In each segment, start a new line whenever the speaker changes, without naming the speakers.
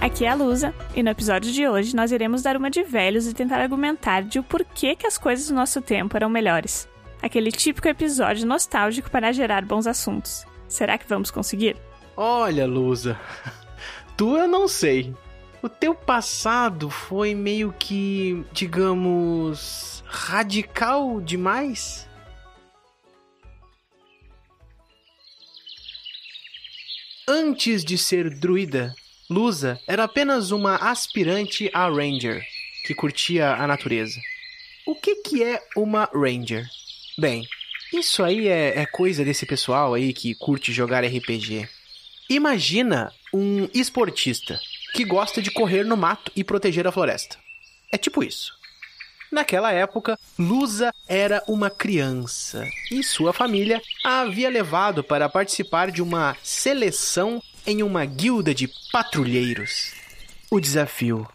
Aqui é a Lusa, e no episódio de hoje nós iremos dar uma de velhos e tentar argumentar de o porquê que as coisas do nosso tempo eram melhores. Aquele típico episódio nostálgico para gerar bons assuntos. Será que vamos conseguir?
Olha, Lusa, tu eu não sei. O teu passado foi meio que, digamos, radical demais? Antes de ser druida, Lusa era apenas uma aspirante a ranger que curtia a natureza. O que que é uma ranger? Bem, isso aí é, é coisa desse pessoal aí que curte jogar RPG. Imagina um esportista que gosta de correr no mato e proteger a floresta. É tipo isso. Naquela época, Lusa era uma criança e sua família a havia levado para participar de uma seleção em uma guilda de patrulheiros. O desafio: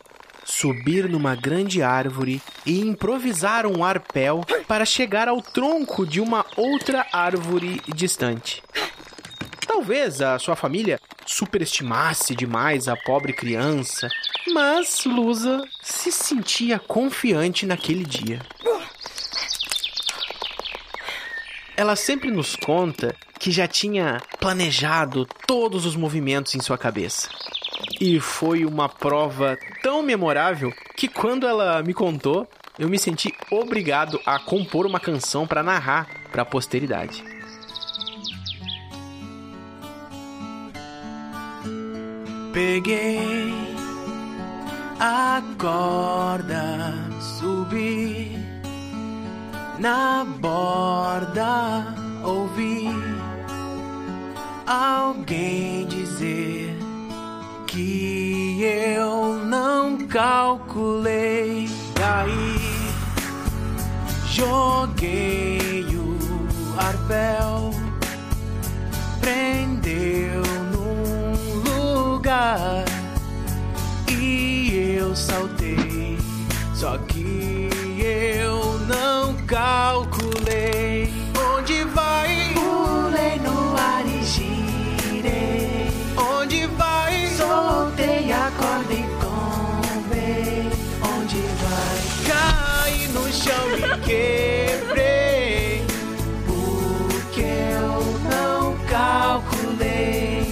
subir numa grande árvore e improvisar um arpel para chegar ao tronco de uma outra árvore distante. Talvez a sua família superestimasse demais a pobre criança, mas Lusa se sentia confiante naquele dia. Ela sempre nos conta que já tinha planejado todos os movimentos em sua cabeça. E foi uma prova tão memorável que quando ela me contou, eu me senti obrigado a compor uma canção para narrar para a posteridade. Peguei a corda, subi na borda, ouvi alguém dizer que eu não calculei. Daí joguei o arpel, prendeu num lugar e eu saltei. Só que eu não calculei onde vai. Pulei no ar e girei. Onde vai? Soltei a corda e tombei. Onde vai? Cai no chão e quebrei. Porque eu não calculei.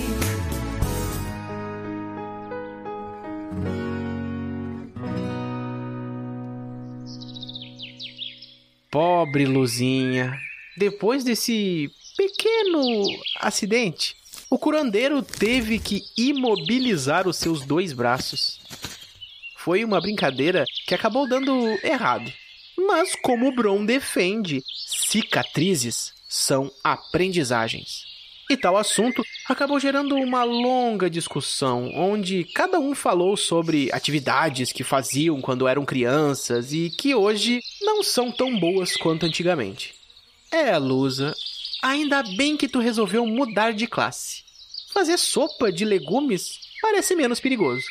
Pobre Luzinha. Depois desse pequeno acidente, o curandeiro teve que imobilizar os seus dois braços. Foi uma brincadeira que acabou dando errado. Mas, como o Bron defende, cicatrizes são aprendizagens. E tal assunto acabou gerando uma longa discussão, onde cada um falou sobre atividades que faziam quando eram crianças e que hoje não são tão boas quanto antigamente. É, Lusa, ainda bem que tu resolveu mudar de classe. Fazer sopa de legumes parece menos perigoso.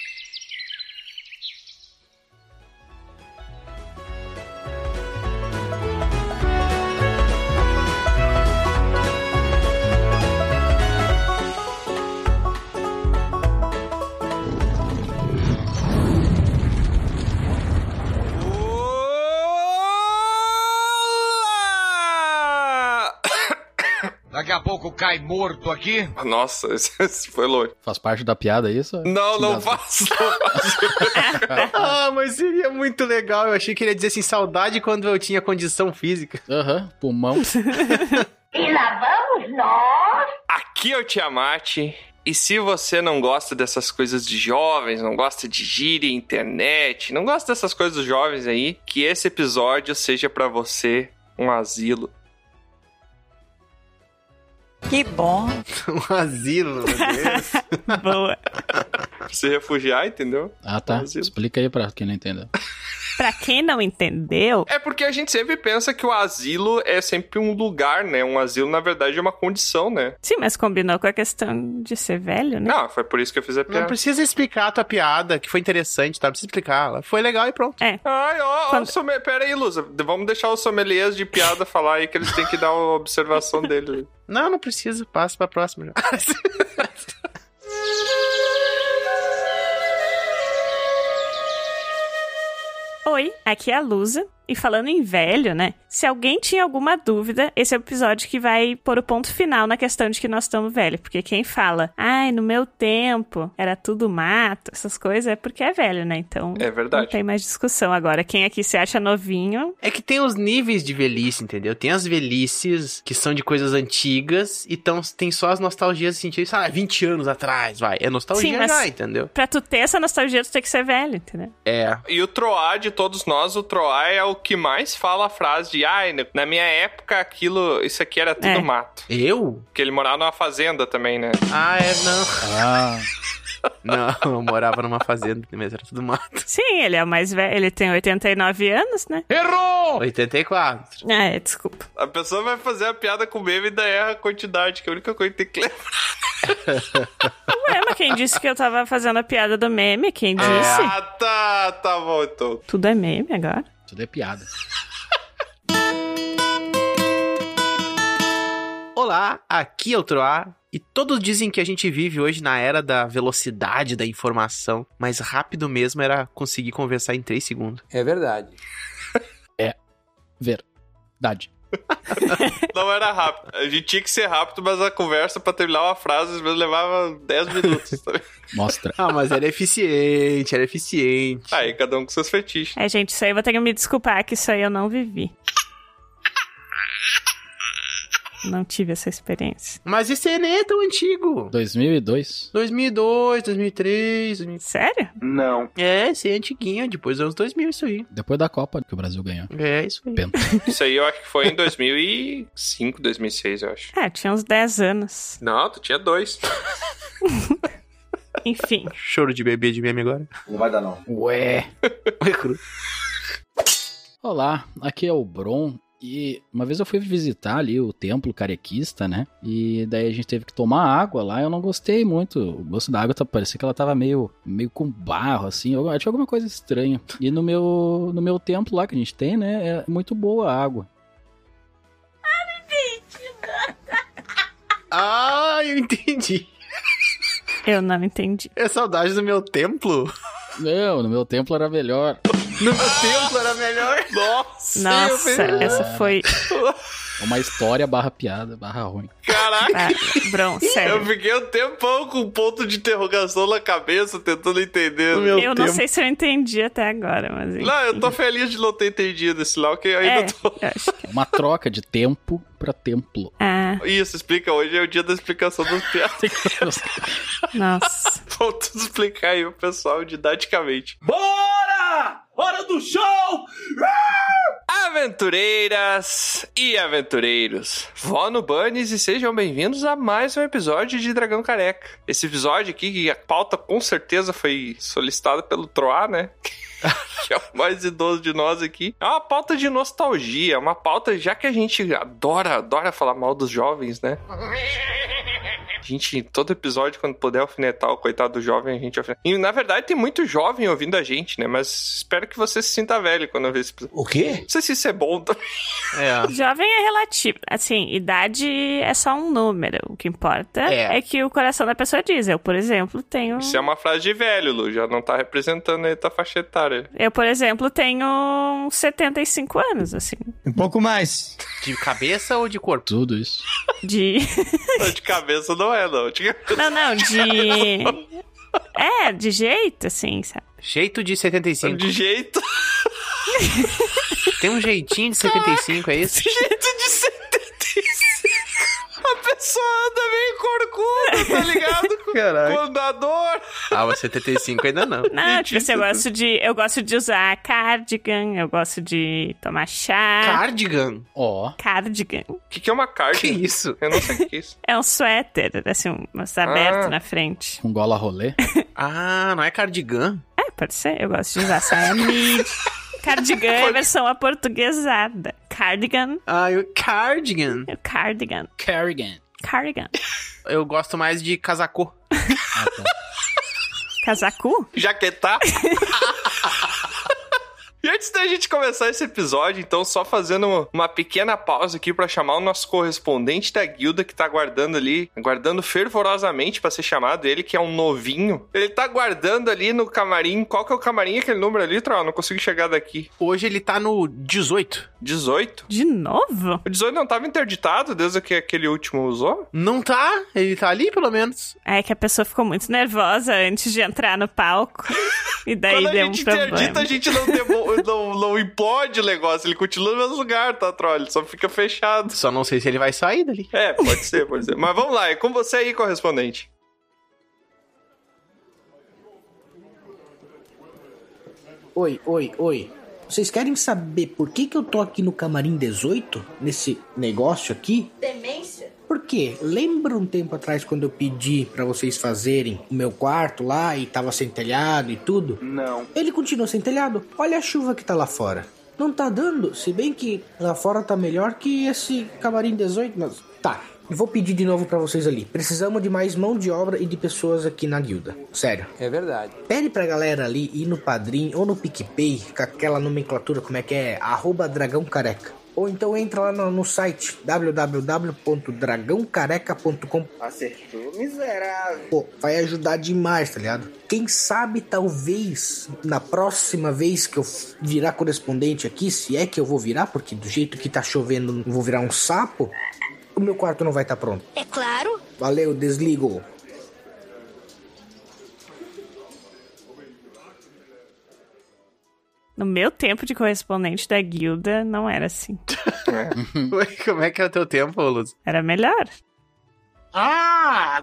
Olá!
Daqui a pouco cai morto aqui.
Nossa, esse esse foi longe.
Faz parte da piada é isso?
Não,
Se
não
engasga.
faço.
Ah, mas seria muito legal. Eu achei que ele ia dizer assim, saudade quando eu tinha condição física.
Aham, pulmão.
E lá vamos nós.
Aqui é o Tiamat. E se você não gosta dessas coisas de jovens, não gosta de gíria, internet, não gosta dessas coisas dos jovens aí, que esse episódio seja pra você um asilo.
Que bom.
Um asilo, meu Deus.
Boa.
Pra se refugiar, entendeu?
Ah, tá.
Brasil.
Explica aí pra quem não entendeu.
Pra quem não entendeu,
É porque a gente sempre pensa que o asilo é sempre um lugar, né? Um asilo, na verdade, é uma condição, né?
sim, mas combinou com a questão de ser velho, né?
Não, foi por isso que eu fiz a
Não
piada.
precisa explicar a tua piada, que foi interessante, tá? Não precisa explicar. Ela Foi legal e pronto.
Ai, ó, ó,
Quando-
o sommelier... Pera aí, Lusa. Vamos deixar os sommeliers de piada falar aí que eles têm que dar a observação dele.
Não, não precisa. Passa pra próxima já.
Aqui é a Lusa. E falando em velho, né? Se alguém tinha alguma dúvida, esse é o episódio que vai pôr o ponto final na questão de que nós estamos velhos. Porque quem fala, ai, no meu tempo era tudo mato, essas coisas, é porque é velho, né? Então.
É verdade.
Não tem mais discussão agora. Quem aqui se acha novinho,
É que tem os níveis de velhice, entendeu? Tem as velhices que são de coisas antigas e tão, tem só as nostalgias de sentir isso, ah, 20 anos atrás, vai. É nostalgia
Sim, mas-
já, entendeu?
pra tu ter essa nostalgia, tu tem que ser velho, entendeu?
É.
E o Troar de todos nós, o Troar é o que mais fala a frase de ai, na minha época aquilo, isso aqui era tudo
É.
mato.
Eu?
Porque ele morava numa fazenda também, né?
Ah, é,
Ah,
não. Não, eu morava numa fazenda, mas era tudo mato.
Sim, ele é o mais velho. Ele tem 89 anos, né?
É.
Errou!
84.
Ah, é, desculpa.
A pessoa vai fazer a piada com o meme e daí erra a quantidade, que é a única coisa que tem que lembrar.
Ué, mas quem disse que eu tava fazendo a piada do meme? Quem disse?
Ah, tá, tá bom então.
Tudo é meme agora.
tudo é piada.
Olá, aqui é o Troá. E todos dizem que a gente vive hoje na era da velocidade da informação, mas rápido mesmo era conseguir conversar em 3 segundos.
É verdade.
Verdade.
Não era rápido. A gente tinha que ser rápido, mas a conversa pra terminar uma frase às vezes levava 10 minutos. Tá?
Mostra.
Ah, mas era eficiente, era eficiente.
Aí cada um com seus fetiches.
É, gente, isso aí eu vou ter que me desculpar, que isso aí eu não vivi. Não tive essa experiência.
Mas esse nem é tão antigo.
2002?
2002, 2003, 2000.
Sério?
Não.
É, esse é antiguinho, depois dos anos 2000 isso aí.
Depois da Copa que o Brasil ganhou.
É, isso aí.
Pena.
Isso aí eu acho que foi em 2005, 2006, eu acho.
Ah, eu tinha uns 10 anos.
Não, tu tinha dois.
Enfim.
Choro de bebê de meme agora.
Não vai dar, não.
Ué. Olá, aqui é o Bron. E uma vez eu fui visitar ali o templo carequista, né? E daí a gente teve que tomar água lá. Eu não gostei muito. O gosto da água tá- parecia que ela tava meio, meio com barro, assim. Eu, tinha alguma coisa estranha. E no meu, no meu templo lá que a gente tem, né? É muito boa a água.
Ah, eu entendi.
Eu não entendi.
É saudade do meu templo?
Não, no meu templo era melhor.
No meu templo era melhor.
Nossa,
Nossa, essa foi.
É Uma história barra piada, barra ruim.
caraca.
Ah, Bron,
Eu
sério.
fiquei um tempão com um ponto de interrogação na cabeça, tentando entender.
No meu
Eu não
templo.
sei se eu entendi até agora, mas. Enfim.
Não, eu tô feliz de não ter entendido esse lá, que eu
É,
ainda tô...
eu acho que.
É uma troca de tempo pra templo.
Ah,
Isso, explica. Hoje é o dia da explicação dos piadas.
nossa.
Volta a explicar aí o pessoal didaticamente.
Bora! Hora do show!
Ah! Aventureiras e aventureiros, vó no Bunnies e sejam bem-vindos a mais um episódio de Dragão Careca. Esse episódio aqui, que a pauta com certeza foi solicitada pelo Troá, né? que é o mais idoso de nós aqui. É uma pauta de nostalgia, é uma pauta, já que a gente adora, adora falar mal dos jovens, né? A gente, em todo episódio, quando puder alfinetar o coitado do jovem, a gente alfineta. E, na verdade, tem muito jovem ouvindo a gente, né? Mas espero que você se sinta velho quando ouvir esse episódio.
O quê?
Não sei se isso é bom. tá?
É.
Jovem é relativo. Assim, idade é só um número. O que importa
É.
é, que o coração da pessoa diz. Eu, por exemplo, tenho.
Isso é uma frase de velho, Lu. Já não tá representando aí tua faixa etária.
Eu, por exemplo, tenho uns 75 anos, assim,
Um pouco mais.
De cabeça ou de corpo?
Tudo isso.
de...
Não, de cabeça não é, não. De
Não,
cabeça-
não, de... É, de jeito, assim, sabe?
Jeito de 75.
De jeito.
Tem um jeitinho de 75, é isso?
De jeito de 75. A pessoa anda meio corcunda, tá ligado?
Caralho.
Com andador.
Ah, mas 75 ainda não.
Não, tipo assim, eu gosto de, eu gosto de usar cardigan, eu gosto de tomar
Ah.
chá.
Cardigan?
Ó,
Cardigan.
O que, que é uma carga?
Que isso?
Eu não sei o que é isso.
É um suéter, assim, um- mas aberto
Ah.
na frente.
com gola rolê.
Ah, não é cardigan?
É, pode ser. Eu gosto de usar saia midi. Cardigan é a versão aportuguesada. Cardigan,
Ah, eu... cardigan.
é cardigan,
Carrigan.
cardigan.
Eu gosto mais de casaco.
Ah, tá.
Casacu?
Jaquetá. Já Antes da gente começar esse episódio, então, só fazendo uma pequena pausa aqui pra chamar o nosso correspondente da guilda que tá aguardando ali, aguardando fervorosamente pra ser chamado, ele que é um novinho. Ele tá aguardando ali no camarim. Qual que é o camarim? Aquele número ali, Troll? Não consigo chegar daqui.
Hoje ele tá no 18.
18?
De novo?
O 18 não tava interditado desde que aquele último usou?
Não tá? Ele tá ali, pelo menos.
É que a pessoa ficou muito nervosa antes de entrar no palco. E daí
Quando a
deu
gente
um problema.
interdita, a gente não, devo- não, não implode o negócio. Ele continua no mesmo lugar, tá, Troll? Ele só fica fechado.
Só não sei se ele vai sair dali.
É, pode ser, pode ser. Mas vamos lá, é com você aí, correspondente.
Oi, oi, oi. Vocês querem saber por que, que eu tô aqui no camarim 18? Nesse negócio aqui?
Demência?
Porque lembra um tempo atrás quando eu pedi pra vocês fazerem o meu quarto lá e tava sem telhado e tudo?
Não.
Ele continua sem telhado? Olha a chuva que tá lá fora. Não tá dando, se bem que lá fora tá melhor que esse camarim 18. Mas... Tá, vou pedir de novo pra vocês ali. Precisamos de mais mão de obra e de pessoas aqui na guilda. Sério. É verdade. Pede pra galera ali ir no Padrim ou no PicPay, com aquela nomenclatura, como é que é? Arroba Dragão Careca. Ou então entra lá no, no site www.dragãocareca.com
Acertou, miserável.
Pô, vai ajudar demais, tá ligado? Quem sabe, talvez, na próxima vez que eu f- virar correspondente aqui, se é que eu vou virar, porque do jeito que tá chovendo, não vou virar um sapo, o meu quarto não vai estar pronto.
É claro.
Valeu, desligo.
No meu tempo de correspondente da guilda, não era assim.
Ué, Como é que é o teu tempo, Luz?
Era melhor.
Ah!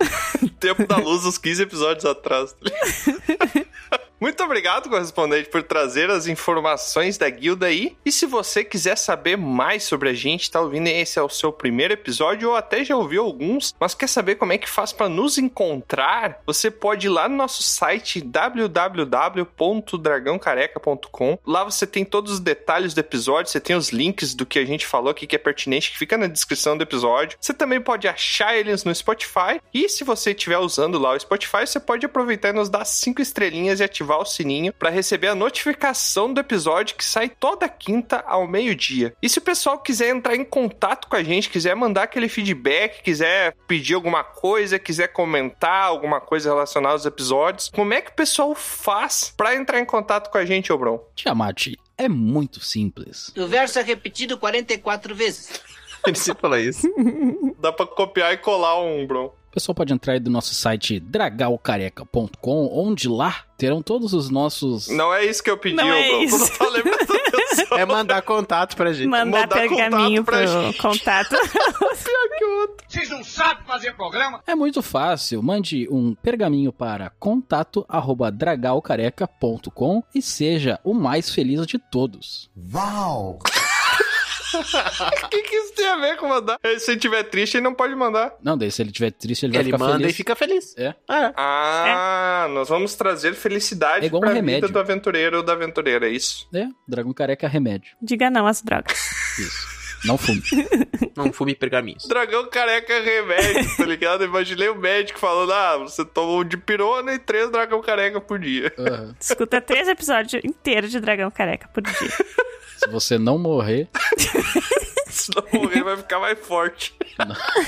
Tempo da luz, uns 15 episódios atrás. tá ligado? Muito obrigado, correspondente, por trazer as informações da guilda aí. E se você quiser saber mais sobre a gente, tá ouvindo? Esse é o seu primeiro episódio, ou até já ouviu alguns, mas quer saber como é que faz pra nos encontrar? Você pode ir lá no nosso site www.dragãocareca.com. Lá você tem todos os detalhes do episódio, você tem os links do que a gente falou aqui que é pertinente, que fica na descrição do episódio. Você também pode achar eles no Spotify. E se você estiver usando lá o Spotify, você pode aproveitar e nos dar cinco estrelinhas e ativar o sininho para receber a notificação do episódio que sai toda quinta ao meio-dia. E se o pessoal quiser entrar em contato com a gente, quiser mandar aquele feedback, quiser pedir alguma coisa, quiser comentar alguma coisa relacionada aos episódios, como é que o pessoal faz para entrar em contato com a gente, Obron?
Tiamat, é muito simples.
O verso é repetido 44 vezes.
Ele sempre fala isso.
Dá para copiar e colar um, Obron.
O pessoal pode entrar aí do nosso site dragalcareca.com, onde lá terão todos os nossos.
Não é isso que eu pedi,
Não é
Obron.
isso.
Não tá lembrando atenção.
É mandar contato pra gente.
Mandar
mandar
pergaminho
contato pra
pro
gente.
contato.
Vocês não sabem fazer programa?
É muito fácil, mande um pergaminho para contato@dragalcareca.com e seja o mais feliz de todos.
Uau!
O que, que isso tem a ver com mandar? É, Se ele tiver triste, ele não pode mandar.
Não, daí se ele estiver triste, ele vai
Ele
ficar
manda
feliz.
e fica feliz.
É.
Ah,
Ah, nós vamos trazer felicidade
É igual um
pra vida
remédio.
do aventureiro ou da aventureira, é isso?
É, dragão careca é remédio.
Diga não às drogas.
Isso. Não fume.
Não fume pergaminhos.
Dragão careca é remédio, tá ligado? Imaginei o médico falando, ah, você tomou um de pirona e três dragão careca por dia.
Aham.
Escuta três episódios inteiros de Dragão Careca por dia.
Se você não morrer.
Se não morrer, vai ficar mais forte.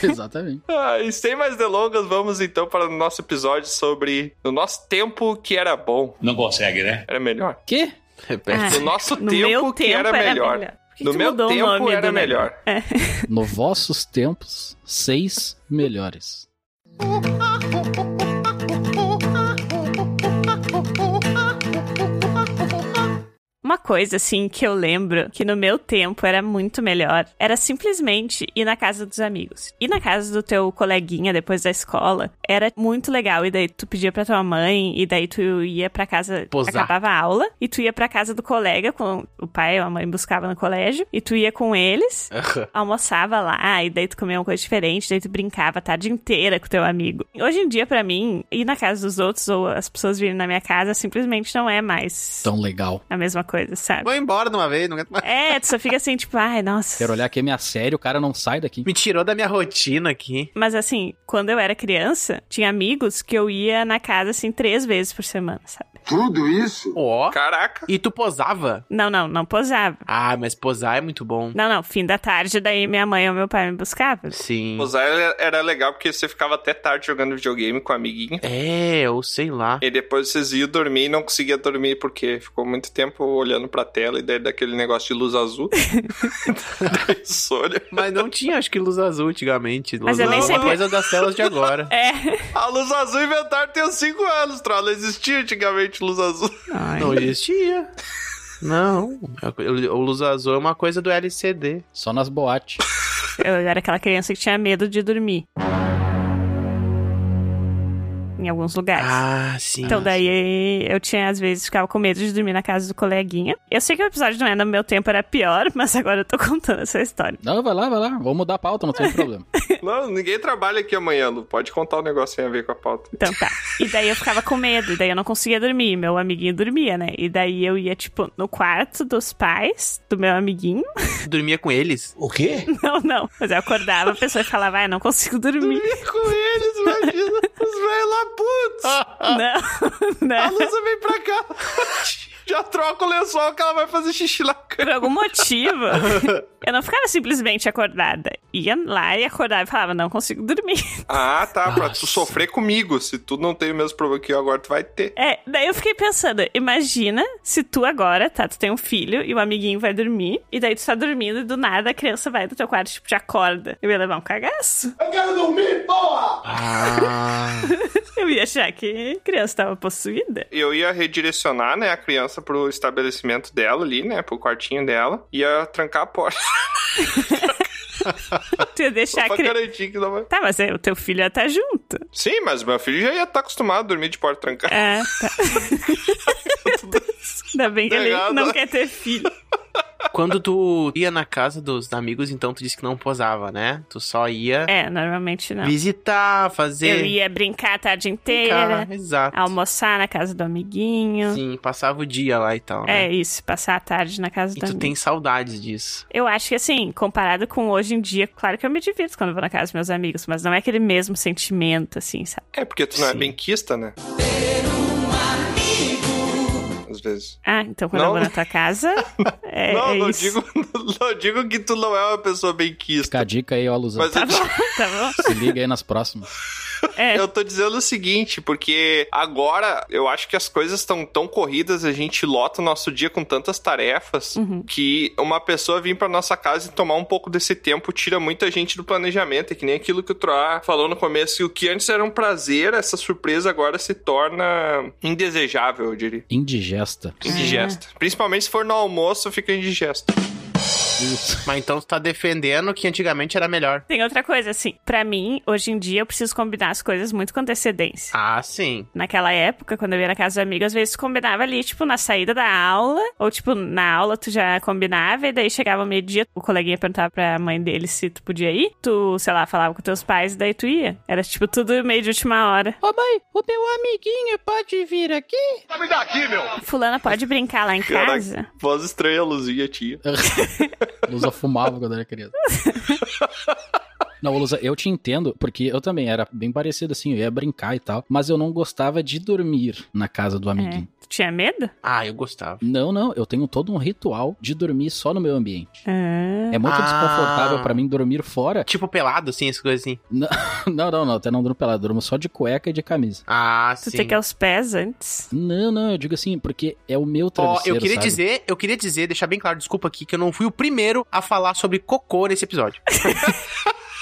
Exatamente.
Ah, e sem mais delongas, vamos então para o nosso episódio sobre o nosso tempo que era bom.
Não consegue, né?
Era melhor.
Que?
Repete.
Ah,
No nosso
no
tempo,
meu
que
tempo
era, melhor.
Por que
No
tu
meu
mudou o
tempo
nome
era
do negócio?
melhor.
É.
No vossos tempos, seis melhores.
Uma coisa, assim, que eu lembro que no meu tempo era muito melhor era simplesmente ir na casa dos amigos. Ir na casa do teu coleguinha depois da escola era muito legal. E daí tu pedia pra tua mãe, e daí tu ia pra casa.
Posar.
Acabava a aula, e tu ia pra casa do colega, com o pai ou a mãe buscava no colégio, e tu ia com eles. Almoçava lá, e daí tu comia uma coisa diferente, daí tu brincava a tarde inteira com teu amigo. Hoje em dia, pra mim, ir na casa dos outros ou as pessoas virem na minha casa simplesmente não é mais
Então Tão legal.
a mesma coisa, sabe?
Vou embora de uma vez, não aguento mais.
É, tu só fica assim, tipo, ai, nossa.
Quero olhar aqui a minha série, o cara não sai daqui.
Me tirou da minha rotina aqui.
Mas assim, quando eu era criança, tinha amigos que eu ia na casa, assim, três vezes por semana, sabe?
Tudo isso?
Ó.
Caraca.
E tu posava?
Não, não, não posava.
Ah, mas posar é muito bom.
Não, não, fim da tarde, daí minha mãe ou meu pai me buscavam.
Sim.
Usar era legal porque você ficava até tarde jogando videogame com o amiguinho.
É, ou sei lá.
E depois vocês iam dormir e não conseguia dormir porque ficou muito tempo olhando pra tela e daí daquele negócio de luz azul. Daí Insônia.
Mas não tinha, acho que luz azul antigamente. Luz
Mas eu
azul
nem
é uma
sei-
coisa das telas de agora.
É.
A luz azul inventaram tem uns 5 anos, troll. Não existia antigamente luz azul.
Ai.
Não existia. Não. O luz azul é uma coisa do
É.
LCD.
Só nas boates.
Eu era aquela criança que tinha medo de dormir. Em alguns lugares.
Ah, sim.
Então daí eu tinha, às vezes, ficava com medo de dormir na casa do coleguinha. Eu sei que o episódio não é no meu tempo, era pior, mas agora eu tô contando essa história.
Não, vai lá, vai lá. Vou mudar a pauta, não tem problema.
Não, ninguém trabalha aqui amanhã, Lu. Pode contar o um negócio que tem a ver com a pauta.
Então tá. E daí eu ficava com medo, e daí eu não conseguia dormir, meu amiguinho dormia, né? E daí eu ia, tipo, no quarto dos pais do meu amiguinho.
Dormia com eles?
O quê?
Não, não. Mas eu acordava, a pessoa falava, ah, eu não consigo dormir.
com eles, imagina. Os velhos lá, putz.
Não, né?
A
não.
Lusa vem pra cá. Já troca o lençol que ela vai fazer xixi na cama.
Por algum motivo, eu não ficava simplesmente acordada. Ia lá e acordava e falava, não consigo dormir.
Ah, tá. Pra tu
Nossa.
sofrer comigo. Se tu não tem o mesmo problema que eu agora, tu vai ter.
É, daí eu fiquei pensando, imagina se tu agora, tá, tu tem um filho e o amiguinho vai dormir, e daí tu tá dormindo e do nada a criança vai do teu quarto, tipo, te acorda. Eu ia levar um cagaço.
Eu quero dormir, porra!
Ah.
Eu ia achar que a criança tava possuída.
Eu ia redirecionar, né, a criança pro estabelecimento dela ali, né, pro quartinho dela. Ia trancar a porta.
Tu ia deixar
Só
a
pra
criança...
garantir que não vai...
Tá, mas aí o teu filho ia estar junto.
Sim, mas meu filho já ia estar acostumado a dormir de porta trancada.
É, tá. Ainda bem que ele
Obrigado.
não quer ter filho.
Quando tu ia na casa dos amigos, então tu disse que não posava, né? Tu só ia
É, normalmente não.
visitar, fazer.
Eu ia brincar a tarde inteira,
brincar, Exato.
almoçar na casa do amiguinho.
Sim, passava o dia lá e tal. né?
É isso, passar a tarde na casa
E
do
tu
amigo.
tem saudades disso.
Eu acho que assim, comparado com hoje em dia, claro que eu me divirto quando vou na casa dos meus amigos, mas não é aquele mesmo sentimento, assim, sabe?
É, porque tu não é
Sim.
benquista, né? Às vezes.
Ah, então quando eu
Não.
vou na tua casa. É,
não,
é
não
isso.
digo, não digo que tu não é uma pessoa benquista.
Fica a dica aí, ó, Luzão.
Mas eu,
Tá bom, tá bom.
Se liga aí nas próximas.
É.
eu tô dizendo o seguinte, porque agora eu acho que as coisas estão tão corridas, a gente lota o nosso dia com tantas tarefas que uma pessoa vir pra nossa casa e tomar um pouco desse tempo tira muita gente do planejamento. É que nem aquilo que o Troá falou no começo, que o que antes era um prazer, essa surpresa agora se torna indesejável, eu diria.
Indigesta.
Indigesta. Principalmente se for no almoço, fica indigesta.
Isso.
Mas então tu tá defendendo que antigamente era melhor.
Tem outra coisa, assim. Pra mim, hoje em dia, eu preciso combinar as coisas muito com antecedência.
Ah, sim.
Naquela época, quando eu ia na casa do amigo, às vezes combinava ali, tipo, na saída da aula, ou tipo, na aula tu já combinava, e daí chegava meio-dia, o coleguinha perguntava pra mãe dele se tu podia ir, tu, sei lá, falava com teus pais, e daí tu ia. Era tipo tudo meio de última hora.
Ô mãe, o meu amiguinho pode vir aqui?
Tá me daqui, meu!
Fulana pode brincar lá em
Caraca.
casa?
Voz estranha, Luzia, tia.
Lusa fumava quando era criança. Não, Lusa, eu te entendo, porque eu também era bem parecido assim, eu ia brincar e tal, mas eu não gostava de dormir na casa do amiguinho.
Tu tinha medo?
Ah, eu gostava.
Não, não, eu tenho todo um ritual de dormir só no meu ambiente.
Ah.
É muito
Ah.
desconfortável pra mim dormir fora.
Tipo pelado, assim, essas coisas assim.
Não, não, não, até não durmo pelado, durmo só de cueca e de camisa.
Ah,
Tu
sim.
tem que ir aos pés antes?
Não, não, eu digo assim, porque é o meu
Ó,
travesseiro,
eu queria
sabe?
dizer, eu queria dizer, deixar bem claro, desculpa aqui, que eu não fui o primeiro a falar sobre cocô nesse episódio.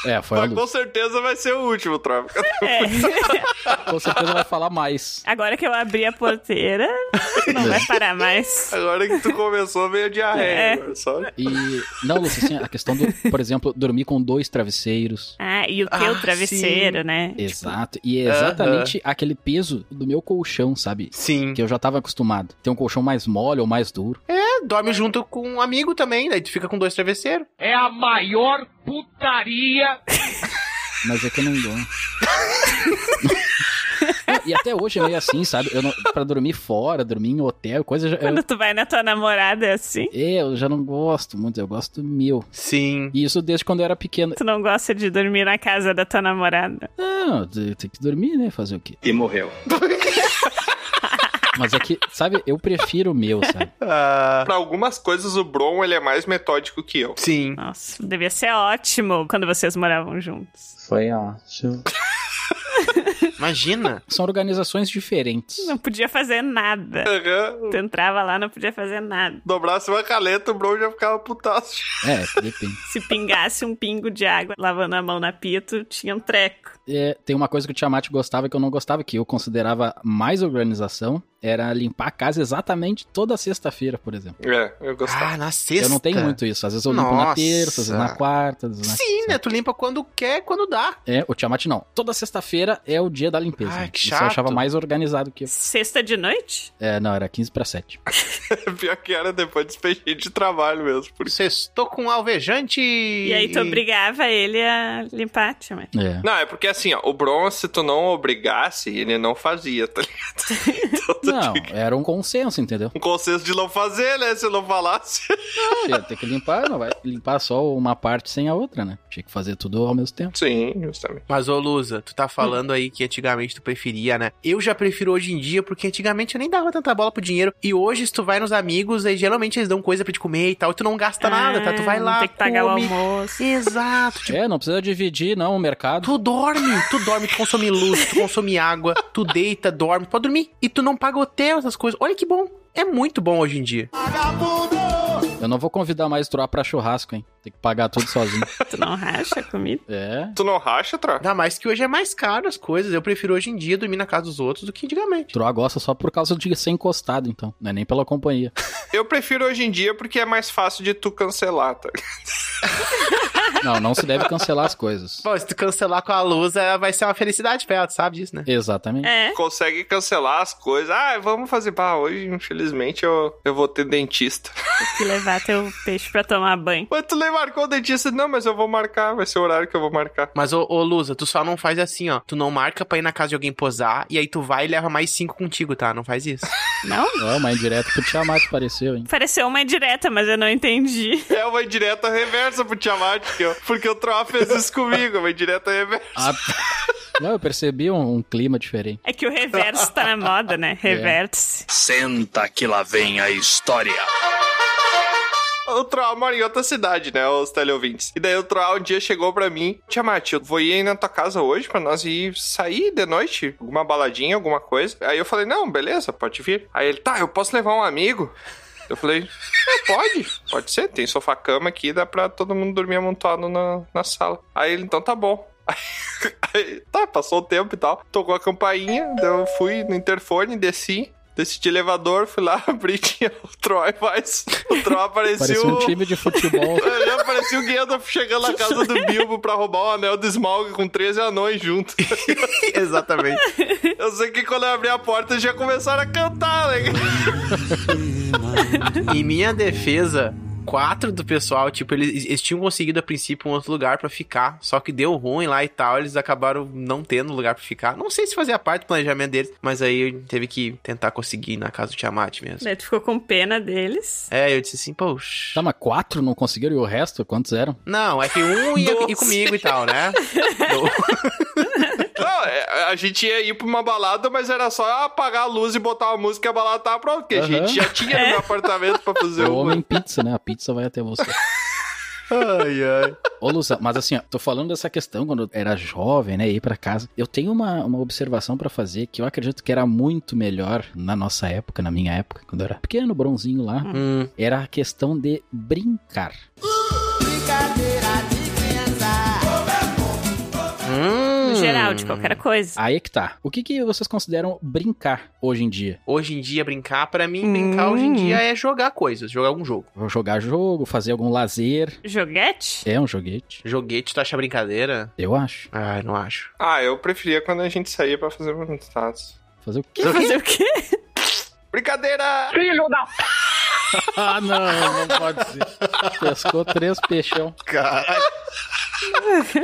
É, foi a
Mas
Lusa.
com certeza vai ser o último, Trava.
É.
Com certeza vai falar mais.
Agora que eu abri a porteira, não vai parar mais.
Agora que tu começou, veio a
É.
diarreia. agora, Só
E. Não, Lúcia, assim, a questão do, por exemplo, dormir com dois travesseiros.
Ah, e o teu
Ah,
travesseiro, né?
Exato. E é exatamente aquele peso do meu colchão, sabe?
Sim.
Que eu já tava acostumado. Ter um colchão mais mole ou mais duro.
É, dorme junto com um amigo também, daí tu fica com dois travesseiros.
É a maior putaria
Mas é que eu não gosto. E até hoje é meio assim, sabe? Eu não, pra dormir fora, dormir em hotel, coisa. eu-
Quando tu vai na tua namorada é assim?
É, eu já não gosto muito, eu gosto do meu.
Sim.
E isso desde quando eu era pequeno.
Tu não gosta de dormir na casa da tua namorada.
Não, tem tem que dormir, né? Fazer o quê?
E morreu.
Mas é que, sabe, eu prefiro o meu, sabe?
Ah,
Pra algumas coisas, o Bron ele é mais metódico que eu.
sim.
Nossa, devia ser ótimo quando vocês moravam juntos.
Foi ótimo.
Imagina.
São organizações diferentes.
Não podia fazer nada.
Aham.
Tu entrava lá, não podia fazer nada.
Dobrasse uma caleta, o Bron já ficava putaço.
É, depende.
Se pingasse um pingo de água lavando a mão na pia, tu tinha um treco.
É, tem uma coisa que o Tiamat gostava que eu não gostava, que eu considerava mais organização, era limpar a casa exatamente toda sexta-feira, por exemplo.
É, eu gostava.
Ah, na sexta.
Eu não tenho muito isso. Às vezes eu limpo na
Nossa.
terça, às vezes na quarta, às vezes na
Sim, né? Tu limpa quando quer, quando dá.
É, o Tiamat não. Toda sexta-feira é o dia da limpeza.
Ai, que
Isso eu
chato.
achava mais organizado que eu.
Sexta de noite?
É, não, era 15 pra 7.
Pior que era depois de expediente de trabalho mesmo. Por...
Sextou com um alvejante.
E aí tu obrigava ele a limpar, tia mãe.
É.
Não, é porque assim, ó, o Bron, se tu não obrigasse, ele não fazia, tá ligado? Então, tu
Não,
tinha
era um consenso, entendeu?
um consenso de não fazer, né? Se não falasse.
Não, ia ter que limpar, não vai limpar só uma parte sem a outra, né? Tinha que fazer tudo ao mesmo tempo.
Sim, justamente.
Mas, ô Lusa, tu tá falando aí que antigamente tu preferia, né? Eu já prefiro hoje em dia, porque antigamente eu nem dava tanta bola pro dinheiro. E hoje, se tu vai nos amigos, aí geralmente eles dão coisa pra te comer e tal, e tu não gasta nada, tá? Tu vai
Ah,
lá,
Tem que pagar o
come.
almoço.
Exato, tipo,
É, não precisa dividir, não, o mercado.
tu dorme, tu dorme, tu consome luz, tu consome água, tu deita, dorme, pode dormir. E tu não paga hotel, essas coisas. Olha que bom. É muito bom hoje em dia.
Eu não vou convidar mais Troá pra churrasco, hein? Tem que pagar tudo sozinho.
Tu não racha a comida?
É.
Tu não racha, Tra?
Ainda mais que hoje é mais caro as coisas. Eu prefiro hoje em dia dormir na casa dos outros do que antigamente.
Troá gosta só por causa de ser encostado, então. Não é nem pela companhia.
Eu prefiro hoje em dia porque é mais fácil de tu cancelar, tá?
Não, não se deve cancelar as coisas.
Bom, se tu cancelar com a luz, ela vai ser uma felicidade pra ela, tu sabe disso, né?
Exatamente.
É.
Consegue cancelar as coisas. Ah, vamos fazer. Bah, hoje, infelizmente, eu, eu vou ter dentista.
que levar teu peixe pra tomar banho.
Mas tu nem marcou o dentista? Não, mas eu vou marcar. Vai ser o horário que eu vou marcar.
Mas, ô, ô Lusa, tu só não faz assim, ó. Tu não marca pra ir na casa de alguém posar, e aí tu vai e leva mais cinco contigo, tá? Não faz isso.
Não?
É uma indireta pro Tiamat, pareceu, hein?
Pareceu uma indireta, mas eu não entendi.
É uma indireta reversa pro Tiamat, que eu- porque o Troá fez isso comigo. Uma indireta reversa.
Ah, não, eu percebi um, um clima diferente.
É que o reverso tá na moda,
É.
né? Reverte-se.
Senta que lá vem a história.
O Troá mora em outra cidade, né? Os teleouvintes. E daí o Troá um dia chegou pra mim: Tiamat, eu vou ir aí na tua casa hoje pra nós ir sair de noite, alguma baladinha, alguma coisa. Aí eu falei: Não, beleza, pode vir. Aí ele: Tá, eu posso levar um amigo? Eu falei: "É, Pode, pode ser. Tem sofá-cama aqui, dá pra todo mundo dormir amontoado na, na sala. Aí ele: Então tá bom. Aí, tá, passou o tempo e tal. Tocou a campainha, daí eu fui no interfone, desci. Desci de elevador, fui lá, abri, tinha o Troy, mas o Troy
Parecia
apareceu...
um time um de futebol.
É, Já parecia o Gandalf chegando na casa do Bilbo pra roubar o anel do Smaug com 13 anões junto.
Exatamente.
Eu sei que quando eu abri a porta eles já começaram a cantar, né?
em minha defesa, quatro do pessoal, tipo, eles, eles tinham conseguido a princípio um outro lugar pra ficar, só que deu ruim lá e tal, eles acabaram não tendo lugar pra ficar. Não sei se fazia parte do planejamento deles, mas aí teve que tentar conseguir na casa do Tiamat mesmo.
Daí tu ficou com pena deles.
É, eu disse assim, poxa.
Tá, mas quatro não conseguiram e o resto, quantos eram?
Não, é que um ia
Doze.
ir comigo e tal, né?
Não, é, a gente ia ir pra uma balada, mas era só apagar a luz e botar uma música e a balada tava pronta, porque a
Aham.
gente já tinha no
É.
meu apartamento pra fazer
O
uma.
homem pizza, né? A pizza vai até você.
ai, ai.
Ô, Lusa, mas assim, ó, tô falando dessa questão quando eu era jovem, né? Ir pra casa. Eu tenho uma, uma observação pra fazer que eu acredito que era muito melhor na nossa época, na minha época, quando eu era pequeno, bronzinho lá.
Hum,
Era a questão de brincar.
No
Hum.
geral, de qualquer coisa.
Aí é que tá. O que, que vocês consideram brincar hoje em dia?
Hoje em dia, brincar, pra mim, brincar hoje em dia é jogar coisas, jogar algum jogo.
Jogar jogo, fazer algum lazer.
Joguete?
É um joguete,
Joguete, tu acha brincadeira?
eu acho.
Ai, não acho.
Ah, eu preferia quando a gente saía pra fazer um status.
Fazer o quê?
Quer fazer o quê?
Brincadeira!
Ah, não, não pode ser. Pescou três peixão.
Caralho.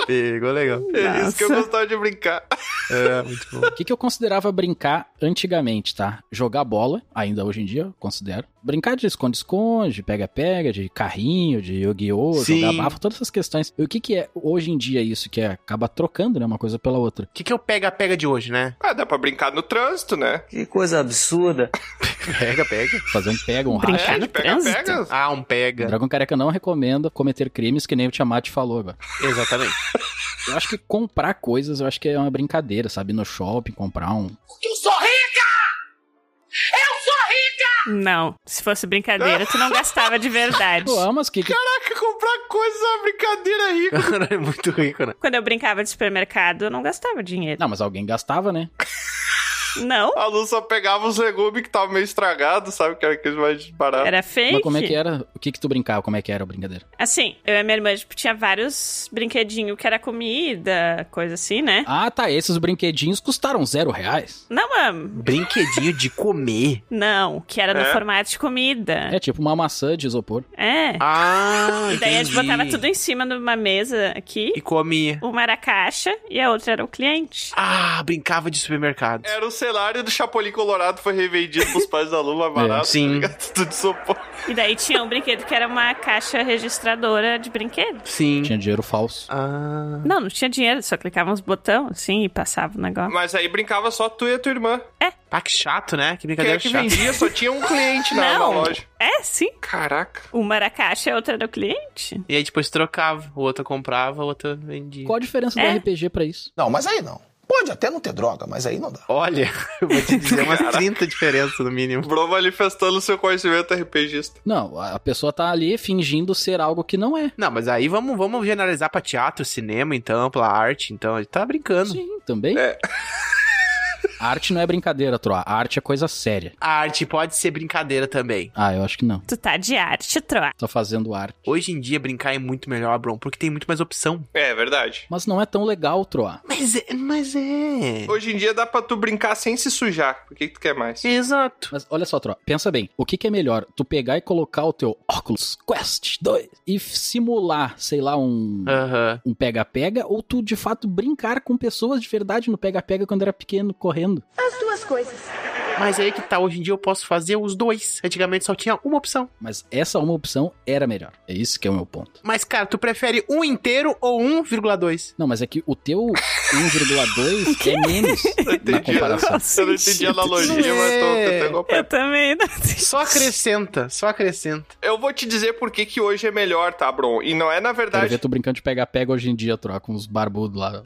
Pegou legal.
É isso que eu gostava de brincar.
É, muito bom.
O que, que eu considerava brincar antigamente, tá? Jogar bola, ainda hoje em dia, eu considero. Brincar de esconde-esconde, de pega-pega, de carrinho, de Yu-Gi-Oh!, jogar
Sim.
bafo, todas essas questões. E o que, que é hoje em dia isso que é, acaba trocando, né? Uma coisa pela outra.
O que, que é o pega-pega de hoje, né?
Ah, dá pra brincar no trânsito, né?
Que coisa absurda.
Pega-pega.
Fazer um pega, um
Brincar
racha.
é,
no
de pega-pega.
trânsito?
Ah, um pega.
Dragão Careca não recomenda cometer crimes que nem o Tiamat falou agora.
Exatamente.
Eu acho que comprar coisas, eu acho que é uma brincadeira, sabe? Ir No shopping, comprar um.
Não, se fosse brincadeira, tu não gastava de verdade.
Pô, mas que, que
Caraca, comprar coisa é uma brincadeira rica.
é muito rico, né?
Quando eu brincava de supermercado, eu não gastava dinheiro.
Não, mas alguém gastava, né?
Não,
A Lu só pegava os legumes que estavam meio estragados, sabe? Que era aqueles mais baratos.
era fake.
Mas como é que era? O que que tu brincava? Como é que era a brincadeira?
Assim, eu e a minha irmã, tipo, tinha vários brinquedinhos que era comida, coisa assim, né?
Ah, tá. Esses brinquedinhos custaram zero reais.
Não, mam,
Brinquedinho de comer.
não, que era no
É?
formato de comida.
É tipo uma maçã de isopor.
É.
Ah,
e daí a gente
entendi.
botava tudo em cima de uma mesa aqui.
E comia.
Uma era a caixa e a outra era o cliente.
Ah, brincava de supermercado.
Era o cenário do Chapolin Colorado, foi revendido pros pais da Lu, mais
É,
barato.
sim.
tá ligado? Tudo isopor.
E daí tinha um brinquedo que era uma caixa registradora de brinquedo.
Sim.
Tinha dinheiro falso.
Ah.
Não, não tinha dinheiro, só clicava uns botões assim e passava o negócio.
Mas aí brincava só tu e a tua irmã.
Ah, que chato, né? Que
Quem é
brincadeira
que
chata.
vendia só tinha um cliente na, na
Não.
loja.
É, sim.
Caraca.
Uma era a caixa e a outra era o cliente.
E aí depois trocava. O outro comprava, o outro vendia.
Qual a diferença
É.
do RPG pra isso?
Não, mas aí não. Pode até não ter droga, mas aí não dá.
Olha, eu vou te dizer umas 30 diferenças no mínimo.
Bro manifestando seu conhecimento RPGista.
Não, a a pessoa tá ali fingindo ser algo que não é.
Não, mas aí vamos, vamos generalizar pra teatro, cinema, então, pra arte, então. Ele tá brincando.
Sim, também.
É.
Arte não é brincadeira, Troa. Arte é coisa séria.
A arte pode ser brincadeira também.
Ah, eu acho que não.
Tu tá de arte, troa.
Tô fazendo arte.
Hoje em dia, brincar é muito melhor, Bron, porque tem muito mais opção.
É, verdade.
Mas não é tão legal, Troa.
Mas é. Mas é.
Hoje em dia dá pra tu brincar sem se sujar. Por que, que tu quer mais?
Exato.
Mas olha só, Tro, pensa bem. O que, que é melhor? Tu pegar e colocar o teu Oculus Quest 2 e f- simular, sei lá, um.
Aham.
Um pega-pega, ou tu de fato brincar com pessoas de verdade no pega-pega quando era pequeno, correndo.
As duas coisas.
Mas aí que tá, hoje em dia eu posso fazer os dois. Antigamente só tinha uma opção.
Mas essa uma opção era melhor. É isso que é o meu ponto.
Mas, cara, tu prefere um inteiro ou 1,2?
Não, mas é que o teu 1,2 é menos na
entendi.
comparação.
Eu não entendi a analogia,
Não
mas tô
é.
tentando acompanhar.
Eu também não sei.
Só acrescenta, só acrescenta.
Eu vou te dizer por que que hoje é melhor, tá, Bron? E não é na
Quero
verdade.
ver tu brincando de pega-pega hoje em dia, Tro, com os barbudos lá.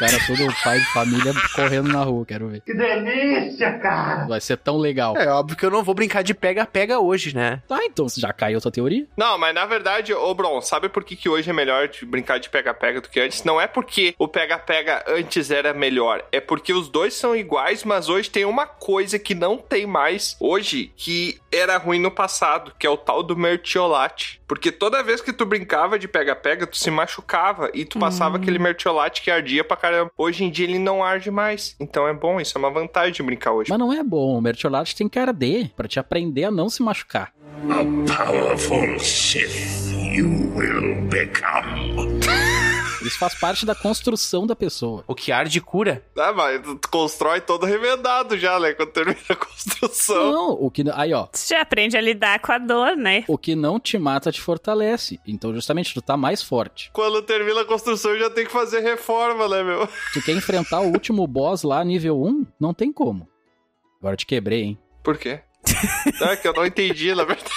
Os caras todo pai de família correndo na rua, quero ver.
Que delícia, cara!
Vai ser tão legal.
É óbvio que eu não vou brincar de pega-pega hoje, né?
Tá, então já caiu a tua teoria?
Não, mas na verdade, ô Bron, sabe por que, que hoje é melhor de brincar de pega-pega do que antes? Não é porque o pega-pega antes era melhor, é porque os dois são iguais, mas hoje tem uma coisa que não tem mais hoje que era ruim no passado, que é o tal do mertiolate. Porque toda vez que tu brincava de pega-pega, tu se machucava e tu passava aquele mertiolate que ardia pra caramba. Hoje em dia ele não arde mais. Então é bom, isso é uma vantagem de brincar hoje.
Mas não é bom, o Mertiolate tem que arder pra te aprender a não se machucar.
Powerful Sith you will become.
Isso faz parte da construção da pessoa.
O que arde cura.
Ah, mas tu constrói todo remendado já, né? Quando termina a construção.
Não, o que aí ó,
Tu já aprende a lidar com a dor, né?
o que não te mata te fortalece. Então justamente tu tá mais forte.
Quando termina a construção, já tem que fazer reforma, né, meu?
Tu quer enfrentar o último boss lá nível 1? Não tem como. Agora eu te quebrei, hein?
Por quê? Não, é que eu não entendi, na verdade.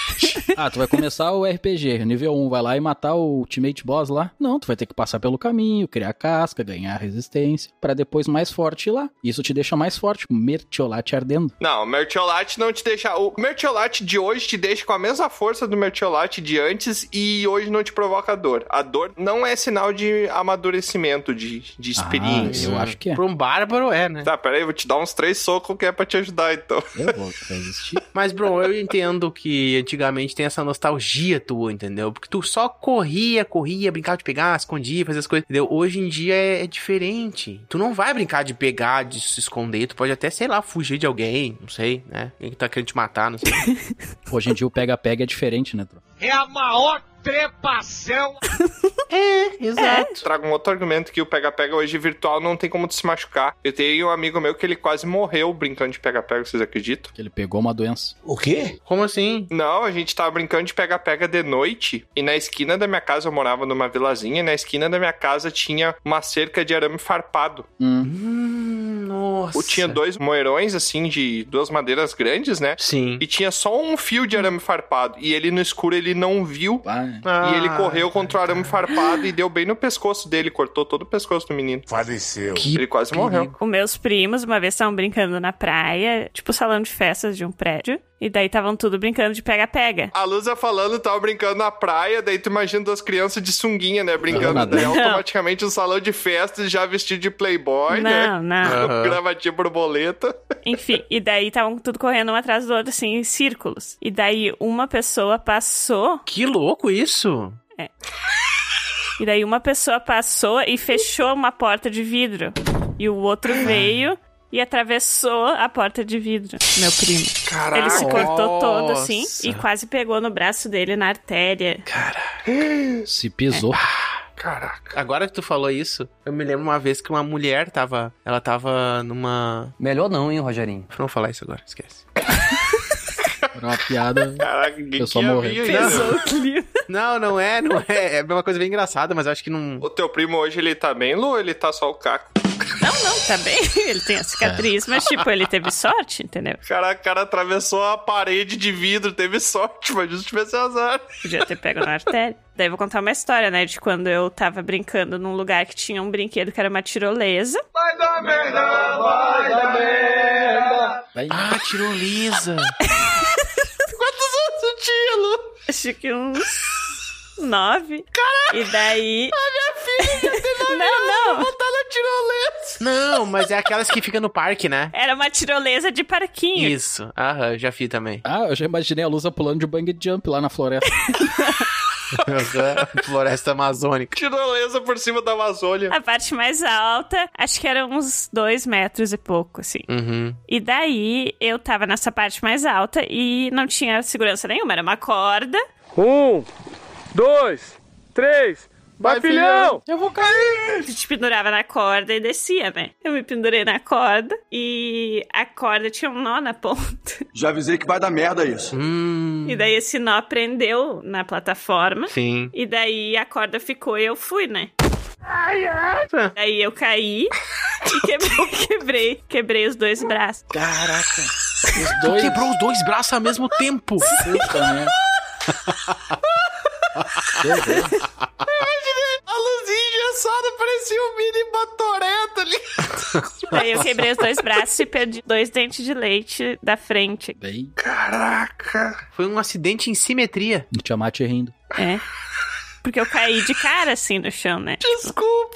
Ah, tu vai começar o RPG, nível 1, vai lá e matar o ultimate boss lá? Não, tu vai ter que passar pelo caminho, criar casca, ganhar resistência, pra depois mais forte ir lá. Isso te deixa mais forte, com o mertiolate ardendo. Ah,
Não, o Mertiolate não te deixa. O Mertiolate de hoje te deixa com a mesma força do Mertiolate de antes e hoje não te provoca dor. A dor não é sinal de amadurecimento, de, de experiência.
Ah, eu acho que é.
Pra um bárbaro é, né?
Tá, peraí, eu vou te dar uns três socos que é pra te ajudar, então.
Eu vou resistir.
Mas, Bron, eu entendo que antigamente tem essa nostalgia tua, entendeu? Porque tu só corria, corria, brincava de pegar, escondia, fazia as coisas, entendeu? Hoje em dia é, é diferente. Tu não vai brincar de pegar, de se esconder. Tu pode até, sei lá, fugir de alguém, não sei, né? Quem que tá querendo te matar, não sei.
Hoje em dia o pega-pega é diferente, né, Tro?
É a maior trepação.
É, exato.
Trago um outro argumento que o pega-pega hoje virtual não tem como te se machucar. Eu tenho um amigo meu que ele quase morreu brincando de pega-pega, vocês acreditam?
Que ele pegou uma doença.
O quê?
Como assim?
Não, a gente tava brincando de pega-pega de noite e na esquina da minha casa, eu morava numa vilazinha, e na esquina da minha casa tinha uma cerca de arame farpado.
Hum.
Hum, nossa.
Eu tinha dois moerões, assim, de duas madeiras grandes, né?
Sim.
E tinha só um fio de arame farpado. E ele no escuro, ele não viu.
Vai.
e ele
Ah,
correu contra o arame farpado e deu bem no pescoço dele, cortou todo o pescoço do menino.
Faleceu.
Que
Ele quase
perigo.
morreu.
Os meus primos, uma vez, estavam brincando na praia, tipo salão de festas de um prédio. E daí estavam tudo brincando de pega-pega.
A Lusa falando, tava brincando na praia, daí tu imagina duas crianças de sunguinha, né? Brincando,
Não,
daí
não.
automaticamente um salão de festas já vestido de playboy, né?
Não, não.
Aham.
Gravatinha borboleta.
Enfim, e daí estavam tudo correndo um atrás do outro, assim, em círculos. E daí uma pessoa passou,
Que louco isso.
e daí uma pessoa passou e fechou uma porta de vidro. E o outro veio e atravessou a porta de vidro, meu primo.
Caraca.
Ele se cortou todo, assim,
Nossa.
e quase pegou no braço dele, na artéria.
Se pisou.
É.
Caraca.
Agora que tu falou isso, eu me lembro uma vez que uma mulher tava. Ela tava numa.
Melhor não, hein, Rogerinho?
Não vou falar isso agora, esquece.
Era uma piada.
Caraca, que
Eu só
que
morri.
havia aí, né?
Pesou o clima.
Não, não é, não é. É uma coisa bem engraçada, mas eu acho que não.
O teu primo hoje, ele tá bem, Lu? ou Ele tá só o caco.
Não, não, tá bem. Ele tem a cicatriz, mas, tipo, ele teve sorte, entendeu?
Caraca, o cara atravessou a parede de vidro, teve sorte, mas isso tivesse azar.
Podia ter pego na artéria. Daí eu vou contar uma história, né? De quando eu tava brincando num lugar que tinha um brinquedo que era uma tirolesa.
Vai dar merda, vai dar merda.
Vai.
Ah, tirolesa!
Acho que uns nove. Caraca! E daí. A minha filha! não, não!
não, mas é aquelas que ficam no parque, né?
Era uma tirolesa de parquinho.
Isso. Aham, já fiz também.
Ah, eu já imaginei a Lusa pulando de bang jump lá na floresta.
Floresta Amazônica.
Tirolesa por cima da Amazônia.
A parte mais alta, acho que era uns dois metros e pouco, assim.
Uhum.
E daí eu tava nessa parte mais alta e não tinha segurança nenhuma, era uma corda.
Um, dois, três. Vai, filhão!
A gente pendurava na corda e descia, né? Eu me pendurei na corda e a corda tinha um nó na ponta.
Já avisei que vai dar merda isso.
Uhum.
Hum.
E daí esse nó prendeu na plataforma.
Sim.
E daí a corda ficou e eu fui, né? Daí eu caí e quebrei, quebrei, quebrei os dois braços.
Caraca.
Os
Tu
dois.
quebrou os dois braços ao mesmo tempo.
Puta, né? Meu Deus.
A luzinha engessada parecia um mini tá batoreta ali.
Daí eu quebrei os dois braços e perdi dois dentes de leite da frente.
Bem,
Caraca.
Foi um acidente em simetria.
o Tiamat rindo.
É. Porque eu caí de cara assim no chão, né?
Desculpa,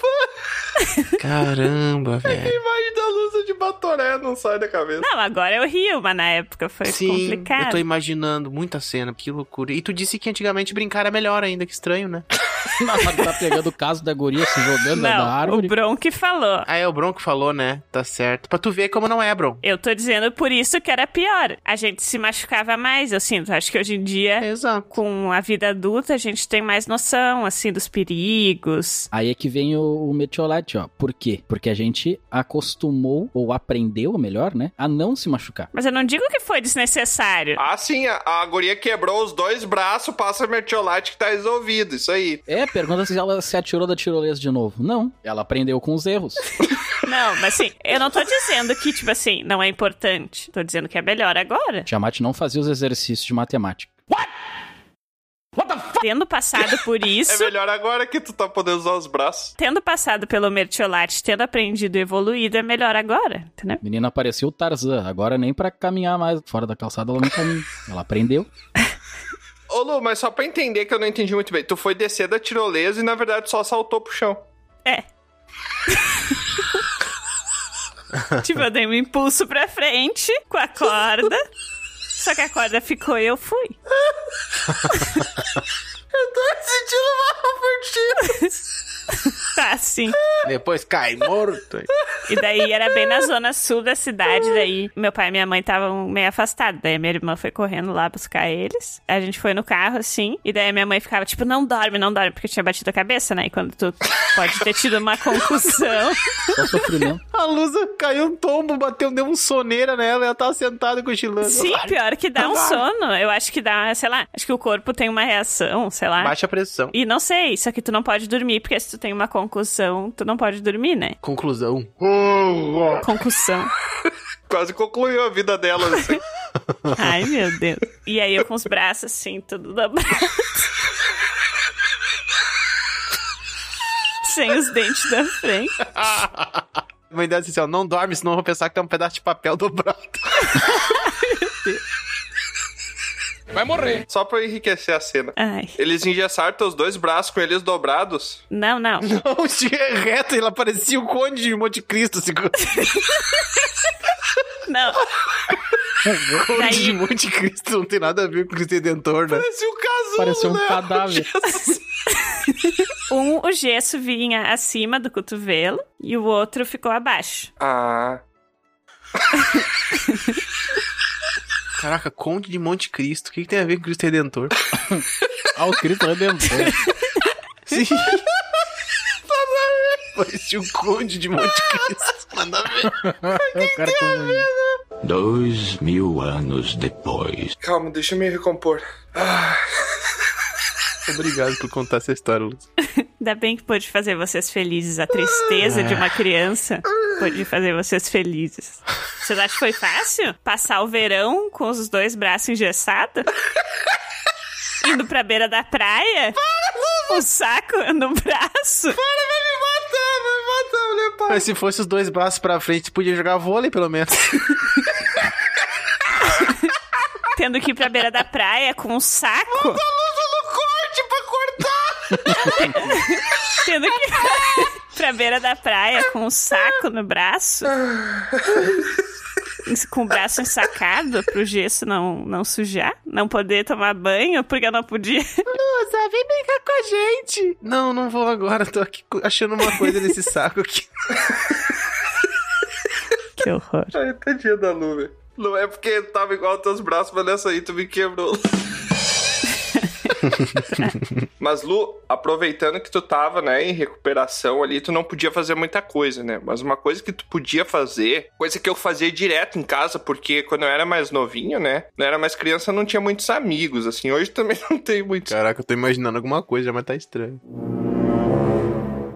Caramba, velho.
imagem da Lusa de batoré não sai da cabeça.
Não, agora eu rio, mas na época foi
Sim,
complicado.
eu tô imaginando muita cena, que loucura. E tu disse que antigamente brincar era melhor ainda, que estranho, né?
Nossa, tá pegando o caso da guria se jogando na
Não, o
árvore.
Bron que falou.
Ah, é, o Bronco falou, né? Tá certo. Pra tu ver como não é, Bron.
Eu tô dizendo por isso que era pior. A gente se machucava mais, eu sinto. Acho que hoje em dia,
É, exato.
com a vida adulta, a gente tem mais noção, assim, dos perigos.
Aí é que vem o, o metiolate, ó. Por quê? Porque a gente acostumou, ou aprendeu, melhor, né? A não se machucar.
Mas eu não digo que foi desnecessário.
Ah, sim, a, a guria quebrou os dois braços, passa mertiolate que tá resolvido, isso aí.
É, pergunta se ela se atirou da tirolesa de novo. Não, ela aprendeu com os erros.
Não, mas assim, eu não tô dizendo que, tipo assim, não é importante. Tô dizendo que é melhor agora.
Tiamat não fazia os exercícios de matemática.
Tendo passado por
É
isso.
melhor agora que tu tá podendo usar os braços.
Tendo passado pelo mertiolate, tendo aprendido e evoluído, é melhor agora, entendeu?
Menina apareceu o Tarzan, agora nem pra caminhar mais fora da calçada ela não caminha. Ela aprendeu.
Ô Lu, mas só pra entender que eu não entendi muito bem, tu foi descer da tirolesa e na verdade só saltou pro chão.
É. tipo, eu dei um impulso pra frente com a corda. Só que a corda ficou e eu fui. eu tô sentindo uma partida. tá, Sim.
Depois cai morto.
E daí era bem na zona sul da cidade. Daí meu pai e minha mãe estavam meio afastados. Daí minha irmã foi correndo lá buscar eles. A gente foi no carro, assim. E daí minha mãe ficava tipo, não dorme, não dorme, porque eu tinha batido a cabeça, né? E quando tu pode ter tido uma concussão.
Só sofrimento.
A Lusa caiu um tombo, bateu, deu um soneira nela e ela tava sentada cochilando.
Sim, pior que dá um sono. Eu acho que dá, sei lá, acho que o corpo tem uma reação, sei lá.
Baixa pressão.
E não sei, só que tu não pode dormir, porque se tu tem uma concussão, tu não pode dormir, né?
Conclusão.
Concussão.
Quase concluiu a vida dela. assim.
Ai, meu Deus. E aí eu com os braços assim, tudo dobrado. Sem os dentes da frente.
Mãe dela disse assim, ó, não dorme, senão eu vou pensar que é um pedaço de papel dobrado.
Vai morrer.
Só pra enriquecer a cena.
Ai.
Eles engessaram teus dois braços com eles dobrados.
Não, não.
Não, tinha reto, ela parecia o conde de Monte Cristo. Assim,
Não.
conde
Daí-
de Monte Cristo não tem nada a ver com Cristo Redentor, né?
Parecia um casulo,
Pareceu um
né?
cadáver.
Um, o gesso vinha acima do cotovelo e o outro ficou abaixo.
Ah,
Caraca, conde de Monte Cristo. O que, que tem a ver com Cristo Redentor?
Ah, o Cristo Redentor.
Sim. Parecia o conde de Monte Cristo. Nada a ver.
É o cara com...
Dois mil anos depois.
calma, deixa eu me recompor.
Obrigado por contar essa história, Luz.
Ainda bem que pôde fazer vocês felizes. A tristeza de uma criança pôde fazer vocês felizes. Vocês acham que foi fácil? Passar o verão com os dois braços engessados? Indo pra beira da praia? O saco no braço?
Mas se fosse os dois braços pra frente, podia jogar vôlei, pelo menos.
Tendo que ir pra beira da praia com um saco? Tendo que ir pra beira da praia com um saco no braço? Com o braço ensacado pro gesso não, não sujar? Não poder tomar banho porque eu não podia?
Lusa, vem brincar com a gente. Não, não vou agora. Tô aqui co- achando uma coisa nesse saco aqui.
Que horror.
Ai, tadinha da Lu, velho. Não é porque tava igual aos teus braços, mas nessa aí tu me quebrou. mas, Lu, aproveitando que tu tava, né, em recuperação ali, tu não podia fazer muita coisa, né? Mas uma coisa que tu podia fazer, coisa que eu fazia direto em casa, porque quando eu era mais novinho, né? Não era mais criança, eu não tinha muitos amigos, assim. Hoje também não tenho muitos.
Caraca, eu tô imaginando alguma coisa, mas tá estranho.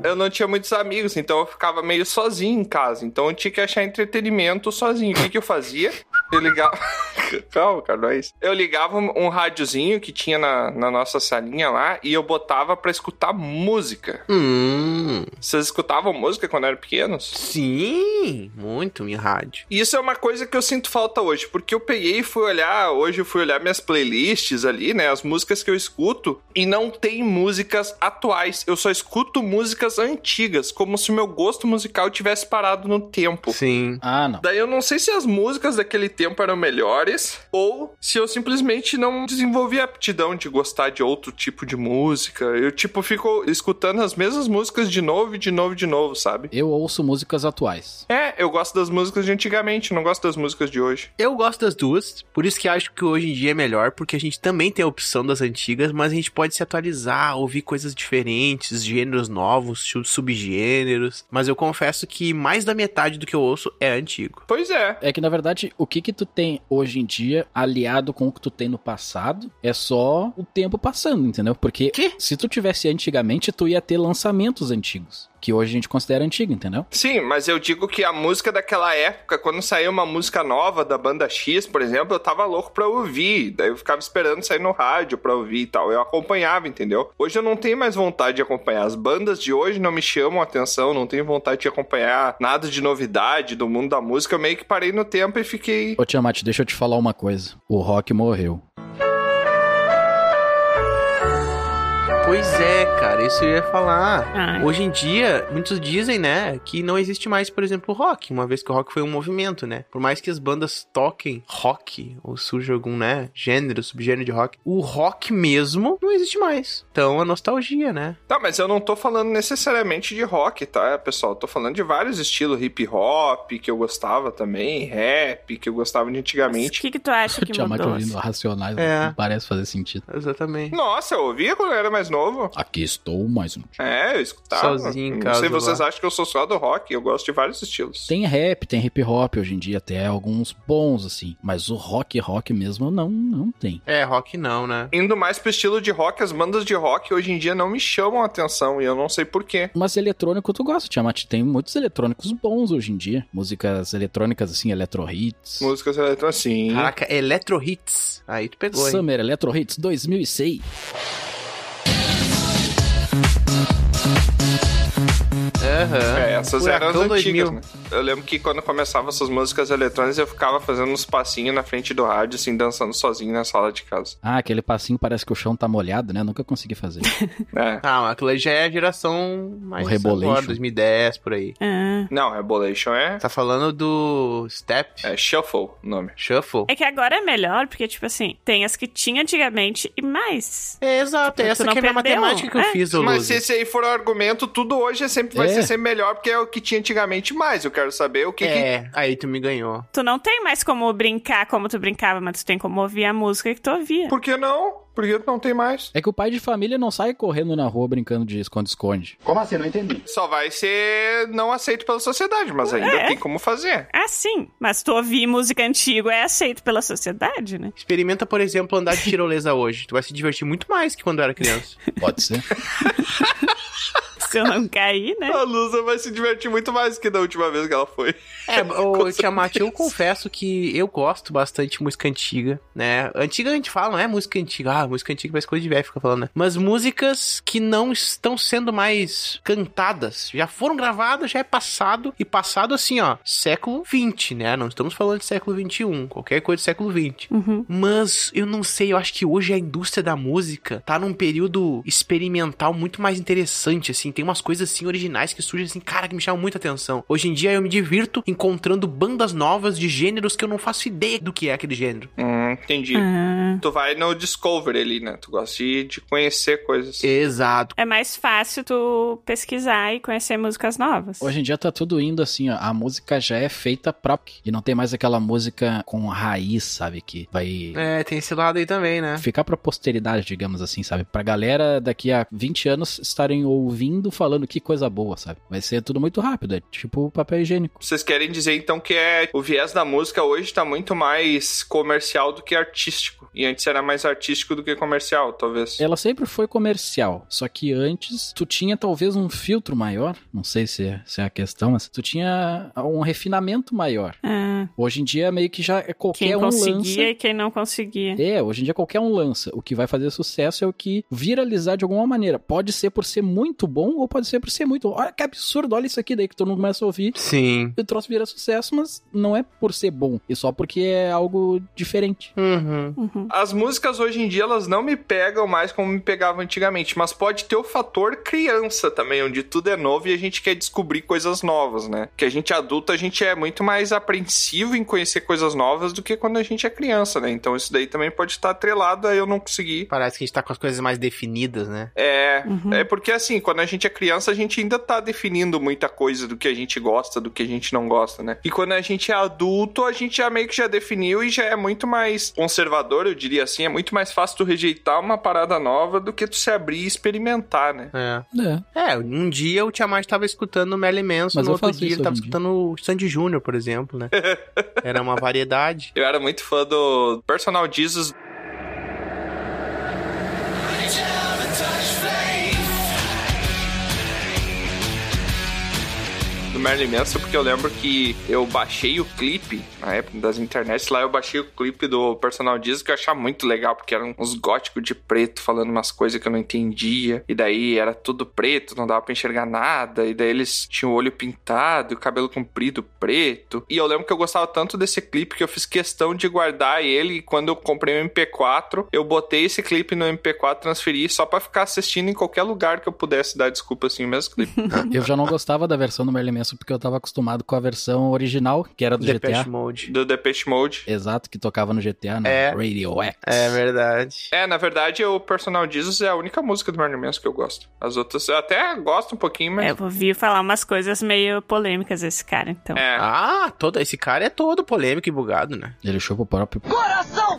Eu não tinha muitos amigos, então eu ficava meio sozinho em casa. Então eu tinha que achar entretenimento sozinho. O que, que eu fazia? Eu ligava. Calma, cara, não é isso. Eu ligava um, um rádiozinho que tinha na, na nossa salinha lá e eu botava pra escutar música.
Hum,
Vocês escutavam música quando eram pequenos?
sim, muito em rádio.
E isso é uma coisa que eu sinto falta hoje, porque eu peguei e fui olhar, hoje eu fui olhar minhas playlists ali, né, as músicas que eu escuto, e não tem músicas atuais, eu só escuto músicas antigas, como se o meu gosto musical tivesse parado no tempo.
Sim.
Ah, não.
Daí eu não sei se as músicas daquele tempo eram melhores ou se eu simplesmente não desenvolvi a aptidão de gostar de outro tipo de música. Eu, tipo, fico escutando as mesmas músicas de novo e de novo e de novo, sabe?
Eu ouço músicas atuais.
É, eu gosto das músicas de antigamente, não gosto das músicas de hoje.
Eu gosto das duas, por isso que acho que hoje em dia é melhor, porque a gente também tem a opção das antigas, mas a gente pode se atualizar, ouvir coisas diferentes, gêneros novos, su- subgêneros. Mas eu confesso que mais da metade do que eu ouço é antigo.
Pois é.
É que, na verdade, o que que tu tem hoje em dia, aliado com o que tu tem no passado, é só o tempo passando, entendeu? Porque
Quê?
se tu tivesse antigamente, tu ia ter lançamentos antigos, que hoje a gente considera antigo, entendeu?
Sim, mas eu digo que a música daquela época, quando saiu uma música nova da banda X, por exemplo, eu tava louco pra ouvir. Daí eu ficava esperando sair no rádio pra ouvir e tal. Eu acompanhava, entendeu? Hoje eu não tenho mais vontade de acompanhar. As bandas de hoje não me chamam a atenção, não tenho vontade de acompanhar nada de novidade do mundo da música. Eu meio que parei no tempo e fiquei.
Ô, Tiamat, deixa eu te falar uma coisa. O rock morreu.
Pois é, cara, isso eu ia falar.
Ah,
Hoje em dia, muitos dizem, né, que não existe mais, por exemplo, o rock, uma vez que o rock foi um movimento, né? Por mais que as bandas toquem rock, ou surja algum, né, gênero, subgênero de rock, o rock mesmo não existe mais. Então, a nostalgia, né?
Tá, mas eu não tô falando necessariamente de rock, tá, pessoal? Eu tô falando de vários estilos, hip hop, que eu gostava também, rap, que eu gostava de
mas o
antigamente.
que, que tu acha que
O Tiamat tá
mudou?
ouvindo Racionais
É.
não parece fazer sentido.
Exatamente.
Nossa, eu ouvia quando eu era mais novo.
Aqui estou mais um dia.
É, eu escutava.
Sozinho em
não
casa
sei, vocês
lá.
acham que eu sou só do rock, eu gosto de vários estilos.
Tem rap, tem hip hop hoje em dia, até alguns bons, assim. Mas o rock, rock mesmo, não, não tem.
É, rock não, né?
Indo mais pro estilo de rock, as bandas de rock hoje em dia não me chamam a atenção e eu não sei porquê.
Mas eletrônico tu gosta, Tiamat. Tem muitos eletrônicos bons hoje em dia. Músicas eletrônicas, assim, electro hits.
Músicas eletrônicas, sim.
Caraca, Electro Hits. Aí tu pegou, hein?
Summer Electro Hits 2006.
Aham.
É, essas
Furacão
eram as
2000.
antigas, né? Eu lembro que quando começava essas músicas eletrônicas, eu ficava fazendo uns passinhos na frente do rádio, assim, dançando sozinho na sala de casa.
Ah, aquele passinho parece que o chão tá molhado, né? Nunca consegui fazer.
É.
Ah, mas aquilo aí já é a geração mais
O Rebolation.
agora, 2010, por aí.
Ah.
Não, Rebolation é,
Tá falando do Step?
é Shuffle o nome.
Shuffle?
É que agora é melhor, porque, tipo assim, tem as que tinha antigamente e mais.
É, exato, é
Tu
essa
não
que era a
perdeu?
matemática que eu
É.
fiz, ô
Mas
Luzi.
se esse aí for o argumento, tudo hoje é sempre, vai
É.
ser sempre melhor, porque é o que tinha antigamente mais. Eu quero saber o que, que
É, aí tu me ganhou.
Tu não tem mais como brincar como tu brincava, mas tu tem como ouvir a música que tu ouvia.
Por que não? Por que não tem mais?
é que o pai de família não sai correndo na rua brincando de esconde-esconde.
Só vai ser não aceito pela sociedade, mas ainda
É.
tem como fazer.
Ah, sim. Mas tu ouvir música antiga é aceito pela sociedade, né?
Experimenta, por exemplo, andar de tirolesa hoje. Tu vai se divertir muito mais que quando era criança.
Pode ser?
Se eu não cair, né?
A Lusa vai se divertir muito mais que da última vez que ela foi.
É, ô, Tiamat, eu confesso que eu gosto bastante de música antiga, né? Antiga a gente fala, não é música antiga. Ah, música antiga parece coisa de velho, fica falando, né? Mas músicas que não estão sendo mais cantadas. Já foram gravadas, já é passado. E passado, assim, ó, século XX, né? Não estamos falando de século XXI, qualquer coisa do século XX.
Uhum.
Mas eu não sei, eu acho que hoje a indústria da música tá num período experimental muito mais interessante, assim. Tem umas coisas assim originais que surgem assim, cara, que me chamam muita atenção. Hoje em dia eu me divirto encontrando bandas novas de gêneros que eu não faço ideia do que é aquele gênero.
Hum, entendi.
Ah.
Tu vai no Discovery ali, né? Tu gosta de, de conhecer coisas.
Exato.
É mais fácil tu pesquisar e conhecer músicas novas.
Hoje em dia tá tudo indo assim, ó. A música já é feita pra. E não tem mais aquela música com raiz, sabe? Que vai.
É, tem esse lado aí também, né?
Ficar pra posteridade, digamos assim, sabe? Pra galera daqui a 20 anos estarem ouvindo falando que coisa boa, sabe? Vai ser tudo muito rápido, é tipo papel higiênico.
Vocês querem dizer então que é o viés da música hoje tá muito mais comercial do que artístico. E antes era mais artístico do que comercial, talvez.
Ela sempre foi comercial, só que antes tu tinha talvez um filtro maior, não sei se é, se é a questão, mas tu tinha um refinamento maior.
Ah,
Hoje em dia meio que já é qualquer
quem
um
conseguia é
lança.
e quem não conseguia.
É, hoje em dia qualquer um lança. O que vai fazer sucesso é o que viralizar de alguma maneira. Pode ser por ser muito bom ou pode ser por ser muito. Olha que absurdo, olha isso aqui daí que todo mundo começa a ouvir.
Sim.
E o troço vira sucesso, mas não é por ser bom, e só porque é algo diferente.
Uhum.
Uhum.
As músicas hoje em dia, elas não me pegam mais como me pegavam antigamente, mas pode ter o fator criança também, onde tudo é novo e a gente quer descobrir coisas novas, né? Que a gente adulto, a gente é muito mais apreensivo em conhecer coisas novas do que quando a gente é criança, né? Então isso daí também pode estar atrelado a eu não conseguir.
Parece que a gente tá com as coisas mais definidas, né?
É,
Uhum.
é porque assim, quando a gente é criança, a gente ainda tá definindo muita coisa do que a gente gosta, do que a gente não gosta, né? E quando a gente é adulto, a gente já meio que já definiu e já é muito mais conservador, eu diria assim. É muito mais fácil tu rejeitar uma parada nova do que tu se abrir e experimentar, né?
É.
É.
É, um dia o Tiamat tava escutando o Melly Manson,
Mas
no
eu
outro
faço
dia
isso
ele tava
hoje em dia.
escutando o Sandy Júnior, por exemplo, né? Era uma variedade.
Eu era muito fã do Personal Jesus. Do Merlin Manson porque eu lembro que eu baixei o clipe na época das internets lá, eu baixei o clipe do Personal Disco que eu achava muito legal, porque eram uns góticos de preto falando umas coisas que eu não entendia, e daí era tudo preto, não dava pra enxergar nada, e daí eles tinham o olho pintado, o cabelo comprido preto. E eu lembro que eu gostava tanto desse clipe que eu fiz questão de guardar ele e quando eu comprei um o MP4, eu botei esse clipe no MP4, transferi só pra ficar assistindo em qualquer lugar que eu pudesse dar desculpa assim, o mesmo clipe.
Eu já não gostava da versão do Merlin Manson porque eu tava acostumado com a versão original, que era do
Depeche
GTA.
Mode.
do Depeche Mode.
Exato, que tocava no GTA, no
É.
Radio X.
É verdade.
É, na verdade, o Personal Jesus é a única música do Merlin Manson que eu gosto. As outras eu até gosto um pouquinho, mas...
É, eu ouvi falar umas coisas meio polêmicas desse cara, então.
É.
Ah, todo, esse cara é todo polêmico e bugado, né?
Ele chupa o próprio.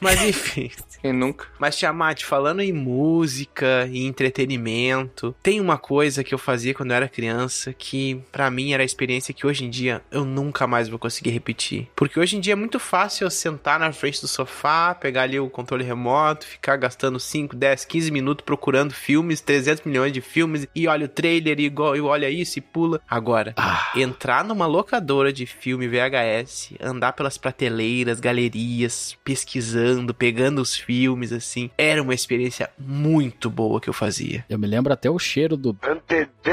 Mas enfim.
quem nunca?
Mas, Tiamat, falando em música e entretenimento, tem uma coisa que eu fazia quando eu era criança que, pra mim, era a experiência que hoje em dia eu nunca mais vou conseguir repetir. Porque hoje em dia é muito fácil eu sentar na frente do sofá, pegar ali o controle remoto, ficar gastando 5, 10, 15 minutos procurando filmes, 300 milhões de filmes, e olha o trailer, e go- e olha isso e pula. Agora,
Ah,
entrar numa locadora de filme VHS, andar pelas prateleiras, galerias, pesquisando, pegando os filmes, assim, era uma experiência muito boa que eu fazia.
eu me lembro até o cheiro do. Que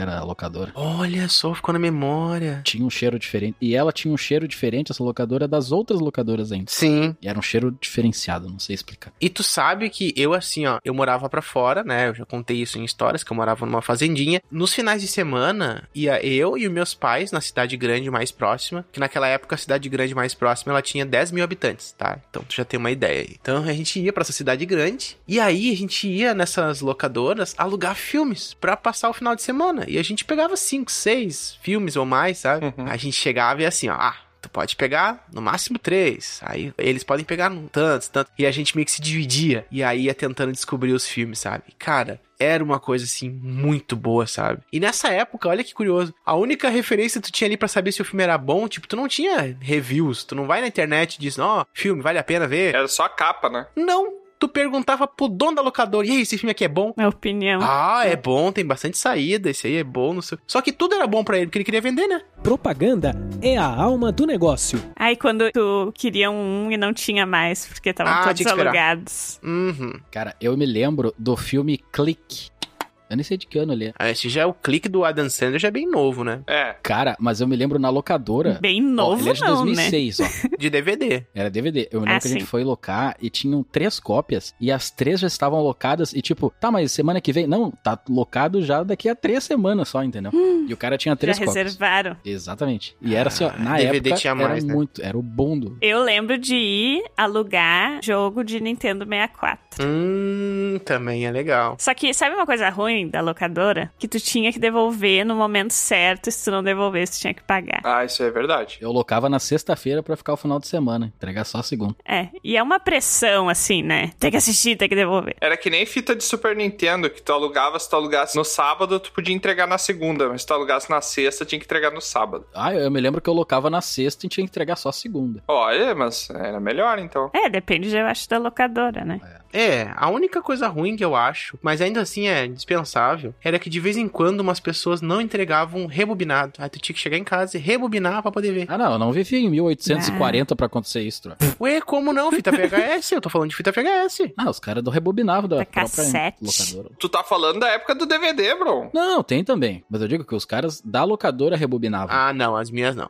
era a locadora.
Olha só, ficou na memória.
Tinha um cheiro diferente. E ela tinha um cheiro diferente, essa locadora, das outras locadoras ainda.
Sim.
E era um cheiro diferenciado, não sei explicar.
E tu sabe que eu, assim, ó, eu morava pra fora, né? Eu já contei isso em histórias, que eu morava numa fazendinha. Nos finais de semana, ia eu e os meus pais na cidade grande mais próxima, que naquela época a cidade grande mais próxima, ela tinha 10 mil habitantes, tá? Então tu já tem uma ideia aí. Então a gente ia pra essa cidade grande, e aí a gente ia nessas locadoras alugar filmes pra passar o final de semana. E a gente pegava 5, 6 filmes ou mais, sabe?
Uhum.
A gente chegava e assim, ó, ah, Tu pode pegar no máximo três. Aí eles podem pegar num tantos, tanto. E a gente meio que se dividia. E aí ia tentando descobrir os filmes, sabe? Cara, era uma coisa assim muito boa, sabe? E nessa época, olha que curioso. A única referência que tu tinha ali pra saber se o filme era bom, tipo, tu não tinha reviews. Tu não vai na internet e diz, ó, filme, vale a pena ver.
Era só a capa, né?
Não! Tu perguntava pro dono da locadora, e aí, esse filme aqui é bom?
Minha opinião.
Ah, é bom, tem bastante saída, esse aí é bom, não sei. Só que tudo era bom pra ele, porque ele queria vender, né?
Propaganda é a alma do negócio.
Aí quando tu queria um e não tinha mais, porque estavam
Ah, tinha
todos
que esperar.
alugados.
Uhum.
Cara, eu me lembro do filme Click. Eu nem sei de que ano ele é.
Ah, Esse já é o clique do Adam Sandler, já é bem novo, né?
É.
Cara, mas eu me lembro na locadora.
Bem
Ó,
novo,
ele é de
não, né?
2006, ó.
De DVD.
Era DVD. Eu me lembro
Ah,
que a gente
sim.
foi locar e tinham três cópias e as três já estavam locadas e tipo, tá, mas semana que vem? Não, tá locado já daqui a três semanas só, entendeu? E o cara tinha
Hum. Já
três cópias.
reservaram.
Exatamente. E era assim, ó,
Ah,
na
DVD
época
tinha mais,
era
né?
muito, era o bundo.
Eu lembro de ir alugar jogo de Nintendo 64.
Hum, também é legal.
Só que sabe uma coisa ruim da locadora? Que tu tinha que devolver no momento certo, e se tu não devolvesse, tu tinha que pagar.
Ah, isso é verdade.
Eu locava na sexta-feira pra ficar o final de semana, entregar só a segunda.
É, e é uma pressão, assim, né? Tem que assistir, tem que devolver.
Era que nem fita de Super Nintendo, que tu alugava, se tu alugasse no sábado, tu podia entregar na segunda, mas se tu alugasse na sexta, tinha que entregar no sábado.
Ah, eu me lembro que eu locava na sexta e tinha que entregar só a segunda.
Olha, mas era melhor então.
É, depende, eu acho, da locadora, né?
É, a única coisa ruim que eu acho, mas ainda assim é dispensável, era que de vez em quando umas pessoas não entregavam rebobinado. Aí tu tinha que chegar em casa e rebobinar pra poder ver.
Ah, não, eu não vivia em
Ah.
1840 pra acontecer isso, troca.
Ué, como não? Fita VHS? Eu tô falando de fita VHS.
Ah, os caras do rebobinavam da
Da
própria
cassete.
locadora.
Tu tá falando da época do DVD, bro.
Não, tem também. Mas eu digo que os caras da locadora rebobinavam.
Ah, não, as minhas não.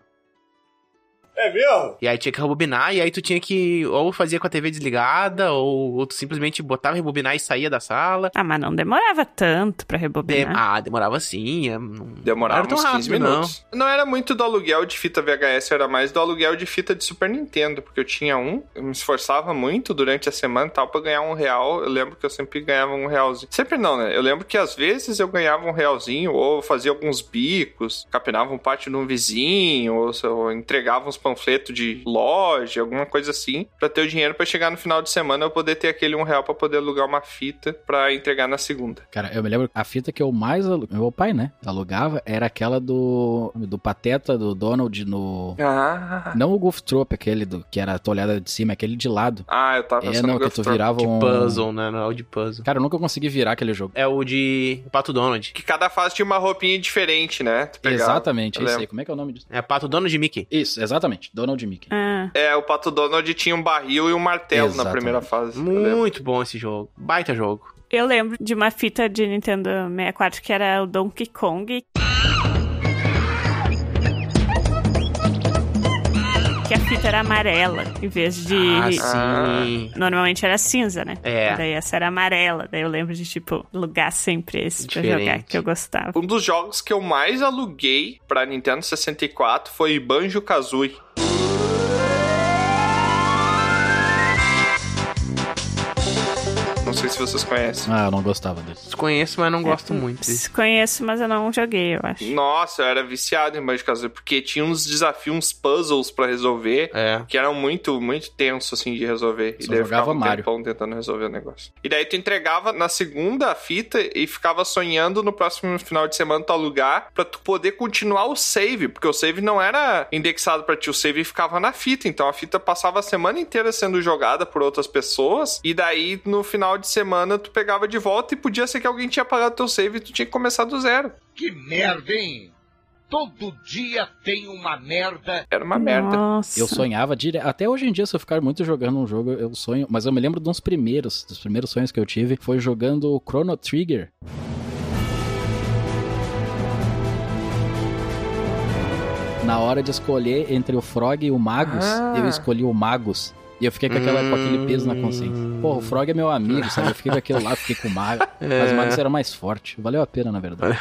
É mesmo? E aí tinha que rebobinar, e aí tu tinha que ou fazia com a TV desligada, ou, ou tu simplesmente botava rebobinar e saía da sala.
Ah, mas não demorava tanto pra
De-
rebobinar.
Ah, demorava sim. É... não-
Demorava
Não era tão
uns 15
rápido,
minutos. Não. era muito do aluguel de fita VHS, era mais do aluguel de fita de Super Nintendo, porque eu tinha um, eu me esforçava muito durante a semana e tal pra ganhar um real. Eu lembro que eu sempre ganhava um realzinho. Sempre não, né? Eu lembro que às vezes eu ganhava um realzinho, ou fazia alguns bicos, capinava um pátio de um vizinho, ou, se- ou entregava uns panfleto de loja, alguma coisa assim, pra ter o dinheiro pra chegar no final de semana eu poder ter aquele um real pra poder alugar uma fita pra entregar na segunda.
Cara, eu me lembro, a fita que eu mais alu- meu pai, né, alugava era aquela do do Pateta do Donald no
Ah,
não o Goof Troop, aquele do que era a tolhada de cima, aquele de lado.
ah eu tava
É,
pensando
não,
no
que
Golf
tu
Troop.
virava
De
um
puzzle, né? Não é o de puzzle.
Cara, eu nunca consegui virar aquele jogo.
É o de Pato Donald.
Que cada fase tinha uma roupinha diferente, né? Tu pegava.
Exatamente,
eu
é isso aí.
lembro.
Como é que é o nome disso?
É Pato Donald de Mickey.
Isso, exatamente. Donald Mickey.
Ah,
É, o Pato Donald tinha um barril e um martelo na
Exatamente.
primeira fase. tá eu lembro.
Muito bom esse jogo. Baita jogo.
eu lembro de uma fita de Nintendo 64 que era o Donkey Kong. Que a fita era amarela, em vez de.
Ah, sim.
Normalmente era cinza, né?
É.
Daí essa era amarela. Daí eu lembro de, tipo, lugar sempre esse pra
Diferente.
jogar que eu gostava.
Um dos jogos que eu mais aluguei pra Nintendo 64 foi Banjo Kazooie. Não sei se vocês conhecem.
Ah, eu não gostava desse.
Desconheço, mas não gosto muito. desse.
Ps, Conheço, mas eu não joguei, eu acho.
Nossa, eu era viciado em Banjo Kazooie porque tinha uns desafios, uns puzzles pra resolver.
É.
Que eram muito, muito tenso, assim, de resolver.
Só
e daí eu
jogava
ficava um
Mario.
tempão tentando resolver o negócio. E daí tu entregava na segunda a fita e ficava sonhando no próximo final de semana tu alugar pra tu poder continuar o save. Porque o save não era indexado pra ti, o save ficava na fita. Então a fita passava a semana inteira sendo jogada por outras pessoas. E daí no final de semana tu pegava de volta e podia ser que alguém tinha apagado teu save e tu tinha que começar do zero.
Que merda, hein? Todo dia tem uma merda.
Era uma merda.
Nossa.
Eu sonhava direto. Até hoje em dia, se eu ficar muito jogando um jogo, eu sonho. Mas eu me lembro de uns primeiros. Dos primeiros sonhos que eu tive foi jogando o Chrono Trigger. Na hora de escolher entre o Frog e o Magus,
Ah.
eu escolhi o Magus. E eu fiquei com, aquela, com aquele peso na consciência. Porra, o Frog é meu amigo, sabe? Eu fiquei com aquele lá, fiquei com o Magus. Mas o Magus era mais forte. Valeu a pena, na verdade.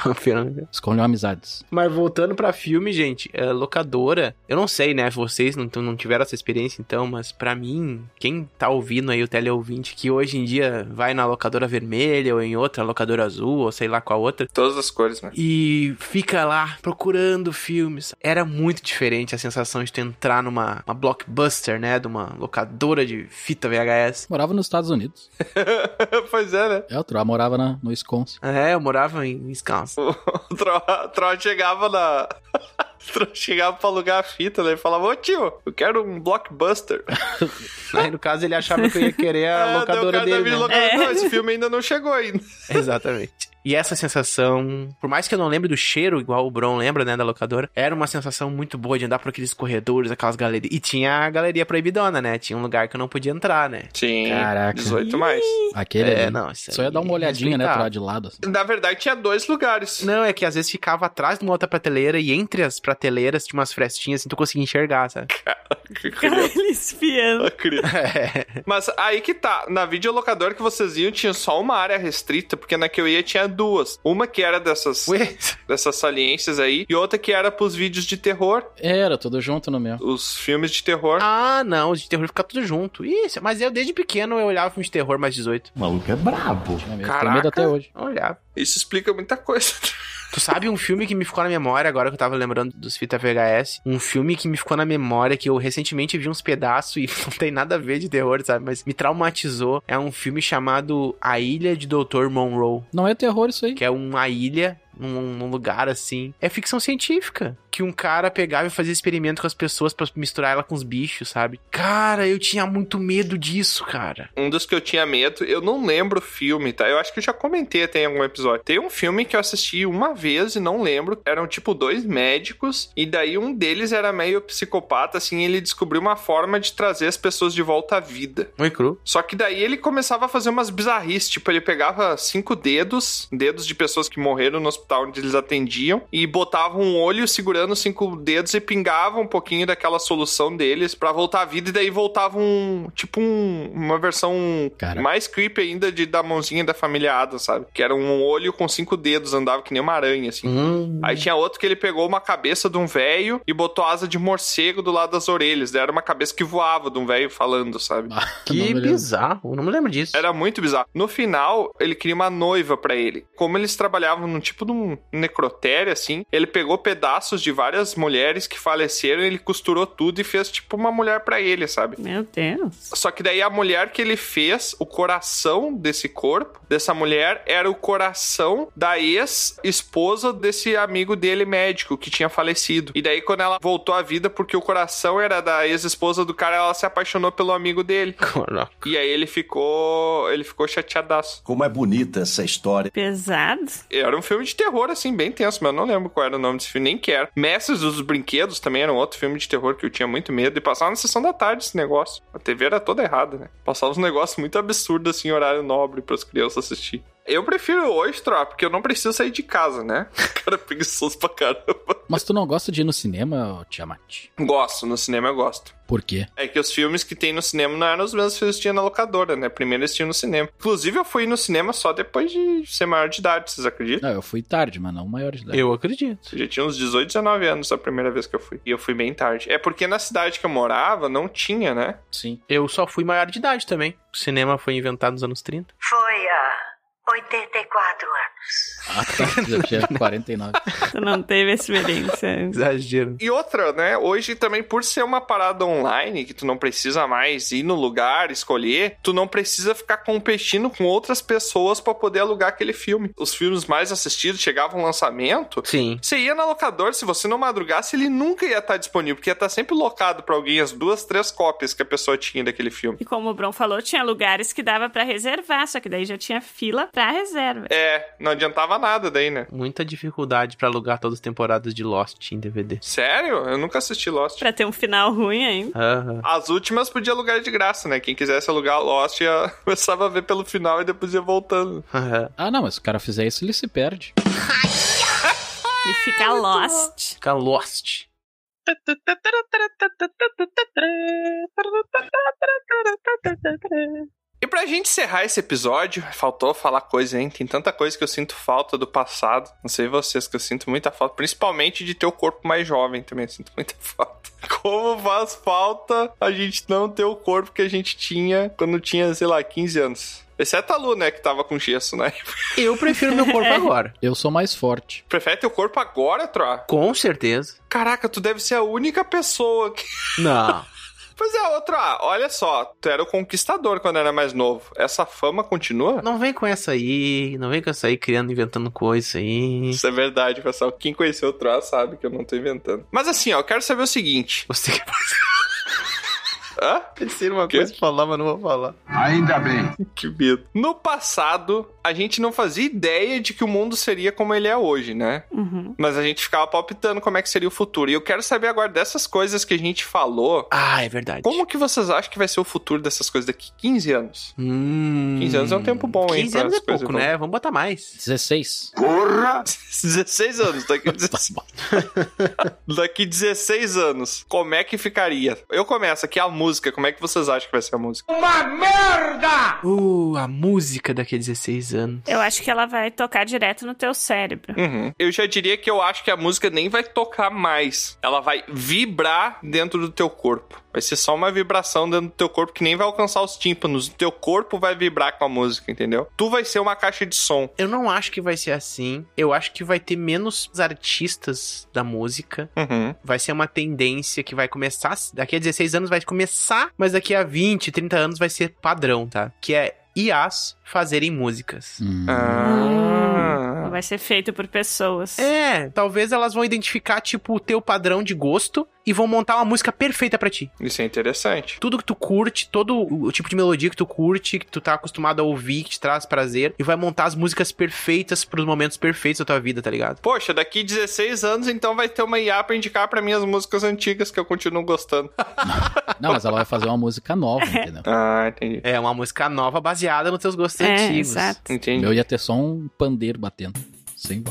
Escolheu amizades.
é Mas voltando pra filme, gente, é, locadora, eu não sei, né? Vocês não, não tiveram essa experiência então, mas pra mim, quem tá ouvindo aí o teleouvinte que hoje em dia vai na locadora vermelha ou em outra locadora azul ou sei lá qual outra,
Todas as cores, né?
e fica lá procurando filmes. Era muito diferente a sensação de tu entrar numa uma blockbuster, né? De uma locadora de fita VHS.
Morava nos Estados Unidos.
pois é, né?
É, eu tro- morava na, no Wisconsin.
É, eu morava em Wisconsin.
O Tro, o Tro chegava na. o Tro chegava pra alugar a fita, né? E falava, ô tio, eu quero um blockbuster.
Aí, no caso, ele achava que eu ia querer
É, daí
a
o
locadora
cara da
dele.
minha
né?
locadora,
É.
Não, esse filme ainda não chegou ainda.
Exatamente. E essa sensação, por mais que eu não lembre do cheiro, igual o Bron lembra, né, da locadora, era uma sensação muito boa de andar por aqueles corredores, aquelas galerias. E tinha a galeria proibidona, né? Tinha um lugar que eu não podia entrar, né?
Sim.
Caraca.
18 mais.
Aquele
é,
ali.
não, isso
Só ia dar uma
aí
olhadinha, né,
respeitava.
pra lá de lado. assim.
Na verdade, tinha dois lugares. né?
Não, é que às vezes ficava atrás de uma outra prateleira e entre as prateleiras tinha umas frestinhas assim, tu conseguia enxergar, sabe?
Que
Cara,
curioso.
ele espiando.
Mas aí que tá, na videolocadora que vocês iam tinha só uma área restrita, porque na que eu ia tinha duas. Uma que era dessas,
Ué,
dessas saliências aí, e outra que era pros vídeos de terror,
Era, tudo junto no meu.
os filmes de terror.
ah, não, os de terror fica tudo junto. Isso, mas eu desde pequeno eu olhava filmes de terror mais 18.
Tinha medo.
Caraca.
Tenho medo até hoje.
Eu olhava.
Isso explica muita coisa.
Tu sabe um filme que me ficou na memória, agora que eu tava lembrando dos fita VHS? Um filme que me ficou na memória, que eu recentemente vi uns pedaços e não tem nada a ver de terror, sabe? Mas me traumatizou. É um filme chamado A Ilha de Dr. Monroe,
Não é terror isso aí.
que é uma ilha. Num, num lugar assim. É ficção científica. Que um cara pegava e fazia experimento com as pessoas pra misturar ela com os bichos, sabe? Cara, eu tinha muito medo disso, cara.
Um dos que eu tinha medo, eu não lembro o filme, tá? Eu acho que eu já comentei até em algum episódio. Tem um filme que eu assisti uma vez e não lembro. Eram tipo dois médicos, e daí um deles era meio psicopata, assim, e ele descobriu uma forma de trazer as pessoas de volta à vida.
Muito cru.
Só que daí ele começava a fazer umas bizarrices, tipo, ele pegava cinco dedos, dedos de pessoas que morreram no hospital onde eles atendiam, e botava um olho segurando os cinco dedos e pingava um pouquinho daquela solução deles pra voltar à vida, e daí voltava um, tipo, um- uma versão
Cara.
mais creepy ainda de, da mãozinha da família Adam, sabe? Que era um olho com cinco dedos, andava que nem uma aranha, assim.
Hum.
Aí tinha outro que ele pegou uma cabeça de um velho e botou asa de morcego do lado das orelhas. Daí era uma cabeça que voava de um velho falando, sabe?
Não me
Que
lembro.
bizarro. Não me lembro disso.
Era muito bizarro. No final, ele queria uma noiva pra ele. Como eles trabalhavam num tipo de um necrotério, assim, ele pegou pedaços de várias mulheres que faleceram, ele costurou tudo e fez tipo uma mulher pra ele, sabe?
Meu Deus.
Só que daí a mulher que ele fez, o coração desse corpo, dessa mulher, era o coração da ex-esposa desse amigo dele médico que tinha falecido. E daí quando ela voltou à vida, porque o coração era da ex-esposa do cara, ela se apaixonou pelo amigo dele.
Caraca.
E aí ele ficou, ele ficou chateadaço.
Como é bonita essa história.
Pesado.
Era um filme de terror, assim, bem tenso, mas eu não lembro qual era o nome desse filme, nem quero. Mestres dos Brinquedos também era um outro filme de terror que eu tinha muito medo. E passava na sessão da tarde esse negócio. A TV era toda errada, né? Passava uns negócios muito absurdos, assim, em horário nobre pras crianças assistir. Eu prefiro hoje, tropa, porque eu não preciso sair de casa, né? Cara preguiçoso pra caramba.
Mas tu não gosta de ir no cinema, ô Tiamat?
Gosto, no cinema eu gosto.
Por quê?
É que os filmes que tem no cinema não eram os mesmos filmes que tinha na locadora, né? Primeiro eles tinham no cinema. Inclusive, eu fui no cinema só depois de ser maior de idade, vocês acreditam?
Não, eu fui tarde, mas não maior de idade.
Eu acredito.
Eu já tinha uns 18, 19 anos a primeira vez que eu fui. E eu fui bem tarde. É porque na cidade que eu morava não tinha, né?
Sim.
Eu só fui maior de idade também. O cinema foi inventado nos anos 30.
Foi há 84 anos.
Ah, tá. Já tinha 49.
Tu não teve experiência. antes.
Exagero.
E outra, né? Hoje também, por ser uma parada online, que tu não precisa mais ir no lugar, escolher, tu não precisa ficar competindo com outras pessoas pra poder alugar aquele filme. Os filmes mais assistidos chegavam ao lançamento.
Sim.
Você ia na locador, se você não madrugasse, ele nunca ia estar disponível, porque ia estar sempre locado pra alguém as duas, três cópias que a pessoa tinha daquele filme.
E como o Bron falou, tinha lugares que dava pra reservar, só que daí já tinha fila pra reserva.
É, não adiantava nada daí, né?
Muita dificuldade pra alugar todas as temporadas de Lost em DVD.
Sério? Eu nunca assisti Lost.
Pra ter um final ruim ainda.
Aham.
As últimas podia alugar de graça, né? Quem quisesse alugar Lost ia... começava a ver pelo final e depois ia voltando.
Aham.
Ah, não, mas se o cara fizer isso, ele se perde.
E fica lost.
Fica Lost.
E pra gente encerrar esse episódio, faltou falar coisa, hein? Tem tanta coisa que eu sinto falta do passado. Não sei vocês, que eu sinto muita falta. Principalmente de ter o corpo mais jovem também. Eu sinto muita falta. Como faz falta a gente não ter o corpo que a gente tinha quando tinha, sei lá, 15 anos. Exceto a Lu, né? Que tava com gesso, né?
Eu prefiro meu corpo agora.
Eu sou mais forte.
Prefere ter o corpo agora, Tro?
Com certeza.
Caraca, tu deve ser a única pessoa que.
Não.
Pois é, outro, ah, olha só, tu era o conquistador quando era mais novo. Essa fama continua?
Não vem com essa aí, não vem com essa aí criando, inventando coisa aí.
Isso é verdade, pessoal. Quem conheceu o Troá sabe que eu não tô inventando. Mas assim, ó, eu quero saber o seguinte.
Você que
Hã?
pensei numa
Quê?
coisa pra falar, mas não vou falar.
Ainda bem.
Que medo. No passado, a gente não fazia ideia de que o mundo seria como ele é hoje, né?
Uhum.
Mas a gente ficava palpitando como é que seria o futuro. E eu quero saber agora dessas coisas que a gente falou.
Ah, é verdade.
Como que vocês acham que vai ser o futuro dessas coisas daqui 15 anos?
Hum...
15 anos é um tempo bom, hein,
15
pra
anos é
as coisas
pouco, né? Vamos botar mais.
16.
Porra!
16 anos, daqui 16. daqui 16 anos, como é que ficaria? Eu começo aqui a música, como é que vocês acham que vai ser a música?
Uma merda!
Uh, a música daqui a 16 anos.
Eu acho que ela vai tocar direto no teu cérebro.
Uhum. Eu já diria que eu acho que a música nem vai tocar mais. Ela vai vibrar dentro do teu corpo. Vai ser só uma vibração dentro do teu corpo que nem vai alcançar os tímpanos. O teu corpo vai vibrar com a música, entendeu? Tu vai ser uma caixa de som.
Eu não acho que vai ser assim. Eu acho que vai ter menos artistas da música.
Uhum.
Vai ser uma tendência que vai começar. Daqui a 16 anos vai começar, mas daqui a 20, 30 anos vai ser padrão, tá? Que é IAs fazerem músicas.
Hum.
Ah.
Vai ser feito por pessoas.
É, talvez elas vão identificar, tipo, o teu padrão de gosto e vão montar uma música perfeita pra ti.
Isso é interessante.
Tudo que tu curte, todo o tipo de melodia que tu curte, que tu tá acostumado a ouvir, que te traz prazer, e vai montar as músicas perfeitas pros momentos perfeitos da tua vida, tá ligado?
Poxa, daqui 16 anos então vai ter uma IA pra indicar pra mim as músicas antigas que eu continuo gostando.
Não, mas ela vai fazer uma música nova, entendeu?
Ah, entendi.
É uma música nova baseada nos teus gostos
É,
antigos.
exato.
Entendi.
Eu ia ter só um pandeiro batendo. Sem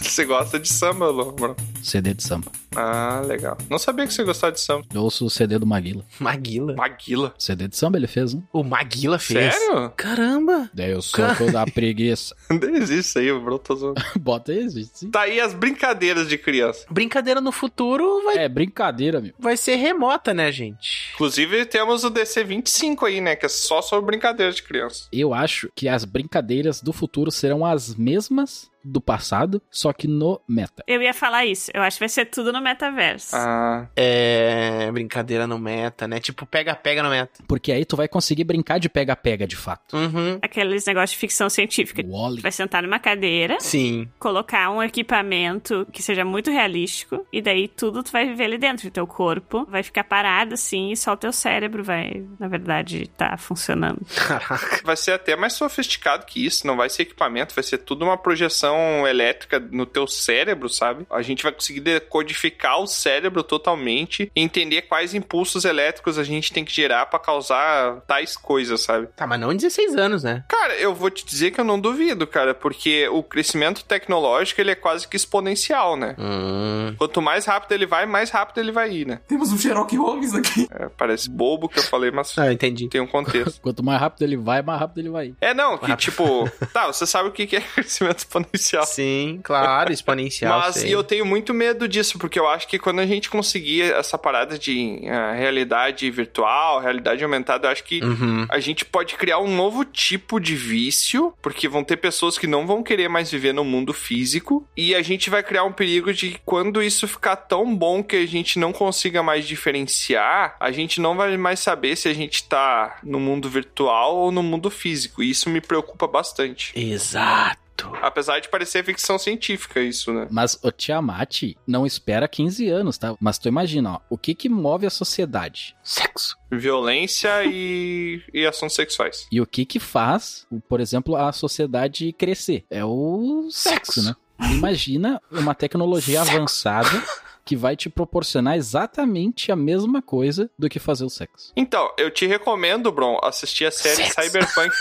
Você gosta de samba, Lomro.
CD de samba.
Ah, legal. Não sabia que você gostava de samba.
Eu ouço o CD do Maguila.
Maguila?
Maguila.
CD de samba ele fez, né?
O Maguila fez.
Sério?
Caramba!
Daí eu sou toda a preguiça.
Não existe aí, o Brotozão.
Bota aí, gente. sim.
Tá aí as brincadeiras de criança.
Brincadeira no futuro vai,
É brincadeira, meu.
vai ser remota, né, gente?
Inclusive, temos o DC25 aí, né? Que é só sobre brincadeiras de criança.
Eu acho que as brincadeiras do futuro serão as mesmas do passado, só que no meta.
Eu ia falar isso. Eu acho que vai ser tudo no metaverso.
Ah,
É. Brincadeira no meta, né? Tipo, pega-pega no meta.
Porque aí tu vai conseguir brincar de pega-pega de fato.
Uhum.
Aqueles negócios de ficção científica.
Wally.
Vai sentar numa cadeira,
Sim.
colocar um equipamento que seja muito realístico, e daí tudo tu vai viver ali dentro. O teu corpo vai ficar parado, assim, e só o teu cérebro vai, na verdade, tá funcionando.
Caraca.
vai ser até mais sofisticado que isso. Não vai ser equipamento, vai ser tudo uma projeção elétrica no teu cérebro, sabe? A gente vai conseguir decodificar o cérebro totalmente e entender quais impulsos elétricos a gente tem que gerar pra causar tais coisas, sabe?
Tá, mas não 16 anos, né?
Cara, eu vou te dizer que eu não duvido, cara, porque o crescimento tecnológico ele é quase que exponencial, né?
Hum.
Quanto mais rápido ele vai, mais rápido ele vai ir, né?
Temos um Sherlock Holmes aqui.
É, parece bobo que eu falei, mas
Ah, entendi.
tem um contexto.
Quanto mais rápido ele vai, mais rápido ele vai. ir.
É, não, que tipo, tá, você sabe o que que é crescimento exponencial.
Sim, claro, exponencial.
Mas
sei.
eu tenho muito medo disso, porque eu acho que quando a gente conseguir essa parada de ah, realidade virtual, realidade aumentada, eu acho que
Uhum.
a gente pode criar um novo tipo de vício, porque vão ter pessoas que não vão querer mais viver no mundo físico, e a gente vai criar um perigo de que quando isso ficar tão bom que a gente não consiga mais diferenciar, a gente não vai mais saber se a gente tá no mundo virtual ou no mundo físico, e isso me preocupa bastante.
Exato.
Apesar de parecer ficção científica isso, né?
Mas o Tiamat não espera 15 anos, tá? Mas tu imagina, ó, o que que move a sociedade?
Sexo.
Violência e, e assuntos sexuais.
E o que que faz, o- por exemplo, a sociedade crescer? É o sexo,
Sexo.
né? Imagina uma tecnologia
Sexo.
avançada que vai te proporcionar exatamente a mesma coisa do que fazer o sexo.
Então, eu te recomendo, Bron, assistir a série
Sexo.
Cyberpunk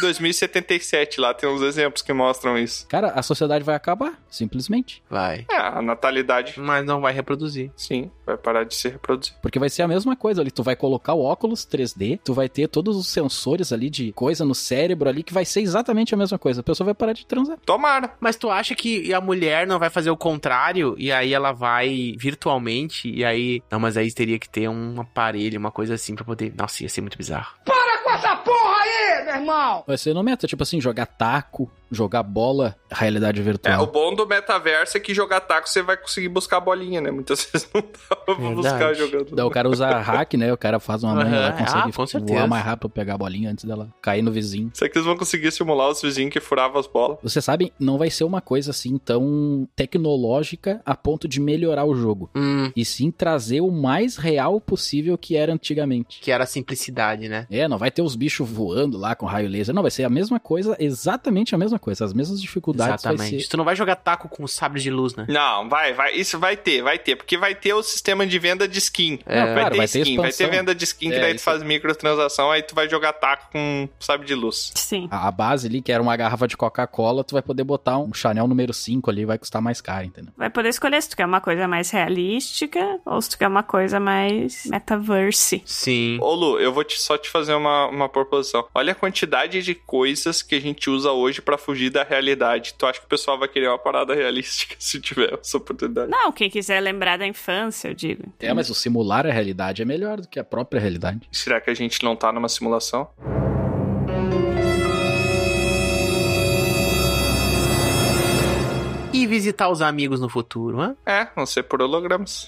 2077. Lá tem uns exemplos que mostram isso.
Cara, a sociedade vai acabar, simplesmente.
Vai.
É, a natalidade,
Mas não vai reproduzir.
sim, vai parar de se reproduzir.
Porque vai ser a mesma coisa ali. Tu vai colocar o óculos 3D, tu vai ter todos os sensores ali de coisa no cérebro ali que vai ser exatamente a mesma coisa. A pessoa vai parar de transar.
Tomara.
Mas tu acha que a mulher não vai fazer o contrário e aí ela vai virtualmente e aí. Não, mas aí teria que ter um aparelho, uma coisa assim pra poder. Nossa, ia ser muito bizarro.
Para Tá com essa porra aí, meu irmão!
Vai ser no meta, tipo assim, jogar taco, jogar bola, realidade
É, o
virtual.
bom do metaverso é que jogar taco você vai conseguir buscar a bolinha, né? Muitas vezes não dá pra
Verdade.
buscar jogando.
Daí o cara usa hack, né? O cara faz uma mãe, ela
Aham, ah, com
consegue voar
certeza.
mais rápido, pegar a bolinha antes dela cair no vizinho.
Será que eles vão conseguir simular os vizinhos que furavam as bolas?
Vocês sabem, não vai ser uma coisa assim tão tecnológica a ponto de melhorar o jogo.
Hum.
E sim trazer o mais real possível que era antigamente.
Que era a simplicidade, né?
É, não vai ter os bichos voando lá com raio laser. Não, vai ser a mesma coisa, exatamente a mesma coisa. As mesmas dificuldades vai
Exatamente.
ser.
Tu não vai jogar taco com sabre de luz, né?
Não, vai, vai. Isso vai ter, vai ter. Porque vai ter o sistema de venda de skin.
É,
vai,
claro,
ter
vai ter
skin, vai ter
expansão.
venda de skin, que
É,
daí tu
isso.
faz microtransação, aí tu vai jogar taco com sabe de luz.
Sim.
A a base ali, que era uma garrafa de Coca-Cola, tu vai poder botar um Chanel número 5 ali, vai custar mais caro, entendeu?
Vai poder escolher se tu quer uma coisa mais realística ou se tu quer uma coisa mais metaverse.
Sim.
Ô Lu, eu vou te- só te fazer uma, uma proposição. Olha a quantidade de coisas que a gente usa hoje pra fugir da realidade. Tu acha que o pessoal vai querer uma parada realística se tiver essa oportunidade?
Não, quem quiser lembrar da infância, eu digo.
É, mas o simular a realidade é melhor do que a própria realidade.
Será que a gente não tá numa simulação?
E visitar os amigos no futuro, hã?
É, vão ser por hologramas.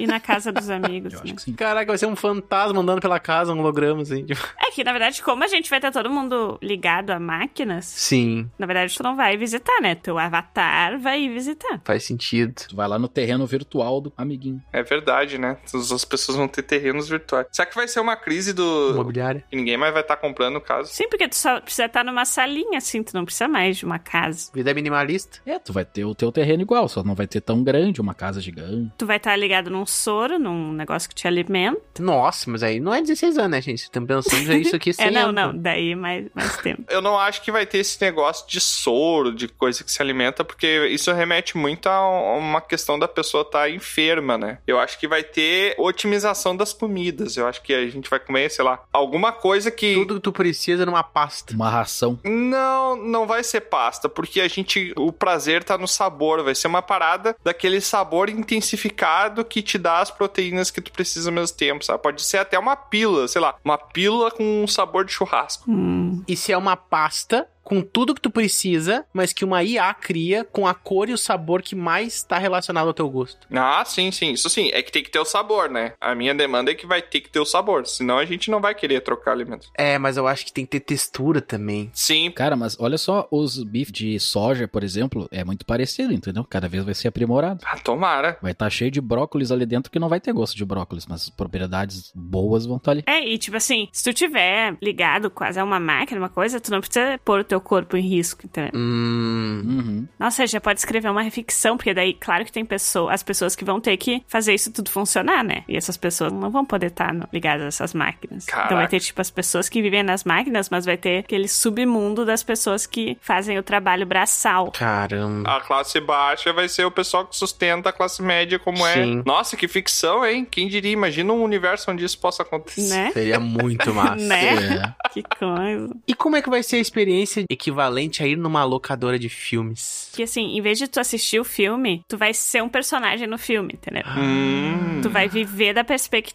E na casa dos amigos,
Eu
né?
acho que sim.
Caraca, vai ser um fantasma andando pela casa, um holograma, assim. tipo-
É que, na verdade, como a gente vai estar todo mundo ligado a máquinas,
Sim,
na verdade, tu não vai visitar, né? Teu avatar vai ir visitar.
faz sentido.
Tu vai lá no terreno virtual do amiguinho.
É verdade, né? As as pessoas vão ter terrenos virtuais. Será que vai ser uma crise do.
Imobiliária.
que Ninguém mais vai estar comprando, no caso.
Sim, porque tu só precisa estar numa salinha, assim, tu não precisa mais de uma casa.
Vida minimalista.
É, tu vai ter o teu terreno igual, só não vai ter tão grande, uma casa gigante.
Tu vai estar ligado num soro, num negócio que te alimenta.
Nossa, mas aí não é 16 anos, né, gente? Estamos pensando já isso aqui sem
É, não, não. Daí mais, mais tempo.
Eu não acho que vai ter esse negócio de soro, de coisa que se alimenta, porque isso remete muito a uma questão da pessoa estar enferma, né? Eu acho que vai ter otimização das comidas. Eu acho que a gente vai comer, sei lá, alguma coisa que.
Tudo que tu precisa numa pasta.
Uma ração.
Não, não vai ser pasta, porque a gente. O prazer tá no sabor. Vai ser uma parada daquele sabor intensificado que te dá as proteínas que tu precisa ao mesmo tempo, sabe? Pode ser até uma pílula, sei lá, uma pílula com um sabor de churrasco.
Hum.
E se é uma pasta com tudo que tu precisa, mas que uma IA cria com a cor e o sabor que mais está relacionado ao teu gosto.
Ah, sim, sim. Isso sim, é que tem que ter o sabor, né? A minha demanda é que vai ter que ter o sabor, senão a gente não vai querer trocar alimentos.
É, mas eu acho que tem que ter textura também.
Sim.
Cara, mas olha só, os bifes de soja, por exemplo, é muito parecido, entendeu? Cada vez vai ser aprimorado.
Ah, tomara.
Vai estar cheio de brócolis ali dentro que não vai ter gosto de brócolis, mas propriedades boas vão estar ali.
É, e tipo assim, se tu tiver ligado quase a uma máquina, uma coisa, tu não precisa pôr o teu corpo em risco, entendeu?
Hum.
Uhum.
Nossa, já pode escrever uma ficção, porque daí, claro que tem pessoa, as pessoas que vão ter que fazer isso tudo funcionar, né? E essas pessoas não vão poder estar no- ligadas a essas máquinas.
Caraca.
Então vai ter, tipo, as pessoas que vivem nas máquinas, mas vai ter aquele submundo das pessoas que fazem o trabalho braçal.
Caramba.
A classe baixa vai ser o pessoal que sustenta a classe média, como
Sim.
é. Nossa, que ficção, hein? Quem diria? Imagina um universo onde isso possa acontecer.
Né?
Seria muito massa.
Né?
É.
Que coisa.
E como é que vai ser a experiência equivalente a ir numa locadora de filmes?
Que assim, em vez de tu assistir o filme, tu vai ser um personagem no filme, entendeu?
Hum.
Tu vai viver da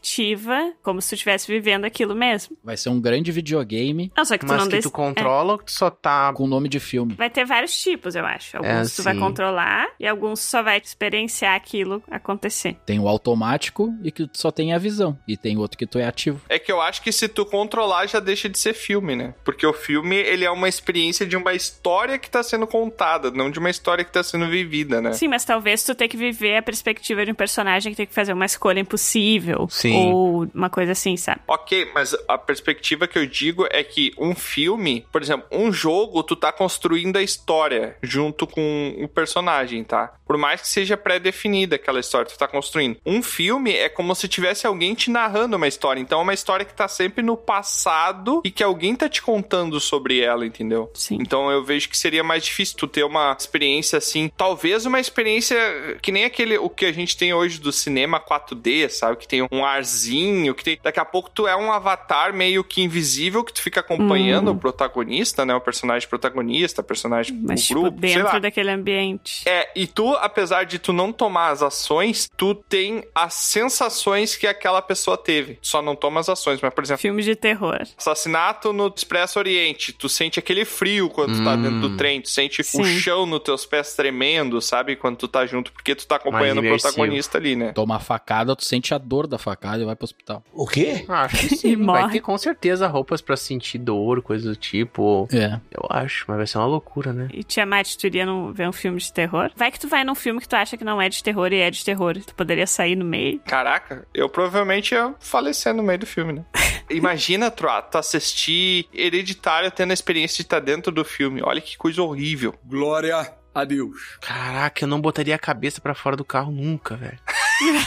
perspectiva como se tu estivesse vivendo aquilo mesmo.
Vai ser um grande videogame
Não, só que tu
Mas
não é.
que
dec-
tu controla, que tu só tá.
com nome de filme.
Vai ter vários tipos, eu acho. Alguns
É,
tu vai
sim.
controlar e alguns só vai experienciar aquilo acontecer.
Tem o automático e que tu só tem a visão. E tem outro que tu é ativo.
É que eu acho que se tu controlar já deixa de ser filme, né? Porque o filme, ele é uma experiência de uma história que tá sendo contada, não de uma história que tá sendo vivida,
É.
né?
Sim, mas talvez tu tenha que viver a perspectiva de um personagem que tem que fazer uma escolha impossível.
Sim.
Ou uma coisa assim, sabe?
Ok, mas a perspectiva que eu digo é que um filme, por exemplo, um jogo, tu tá construindo a história junto com o personagem, tá? Por mais que seja pré-definida aquela história que tu tá construindo. Um filme é como se tivesse alguém te narrando uma história. Então é uma história que tá sempre no passado e que alguém tá te contando sobre ela, entendeu?
Sim.
Então eu vejo que seria mais difícil tu ter uma experiência assim, talvez uma experiência que nem aquele o que a gente tem hoje do cinema 4D, sabe? Que tem um arzinho, que tem daqui a pouco tu é um avatar meio que invisível que tu fica acompanhando
Hum.
o protagonista, né? O personagem protagonista, personagem
Um
do
Mas, tipo,
grupo, sei lá.
dentro daquele ambiente.
É, e tu, apesar de tu não tomar as ações, tu tem as sensações que aquela pessoa teve. Só não toma as ações, mas por
É.
exemplo,
Filme de terror.
Assassinato no Expresso Oriente. Tu sente aquele frio quando tu tá
Hum.
dentro do trem. Tu sente
Sim.
o chão nos teus pés tremendo, sabe? Quando tu tá junto, porque tu tá acompanhando o
Mais imersivo.
protagonista ali, né?
Toma a facada, tu sente a dor da facada e vai pro hospital.
O quê?
Ah, Acho que
E
sim. vai
morre.
ter com certeza roupas pra sentir dor, coisa do tipo.
É.
Eu acho, mas vai ser uma loucura, né?
E Tiamat, tu iria num- ver um filme de terror? Vai que tu vai num filme que tu acha que não é de terror e é de terror. Tu poderia sair no meio.
Caraca, eu provavelmente ia falecer no meio do filme, né? Imagina, Troa, tu assistir Hereditário tendo a experiência de estar dentro do filme. Olha que coisa horrível.
Glória a Deus.
Caraca, eu não botaria a cabeça pra fora do carro nunca, velho.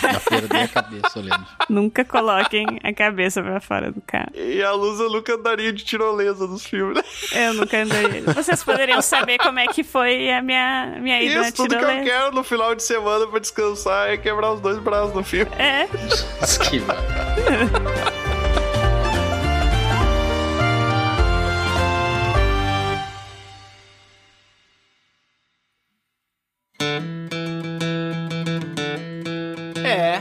Já perdi a cabeça, olhando.
Nunca coloquem a cabeça pra fora do carro.
E a Lusa nunca andaria de tirolesa nos filmes, né?
Eu nunca andei. Vocês poderiam saber como é que foi a minha, minha ida na
Isso, tudo que eu
tirolesa.
quero no final de semana pra descansar é quebrar os dois braços no filme.
É.
É,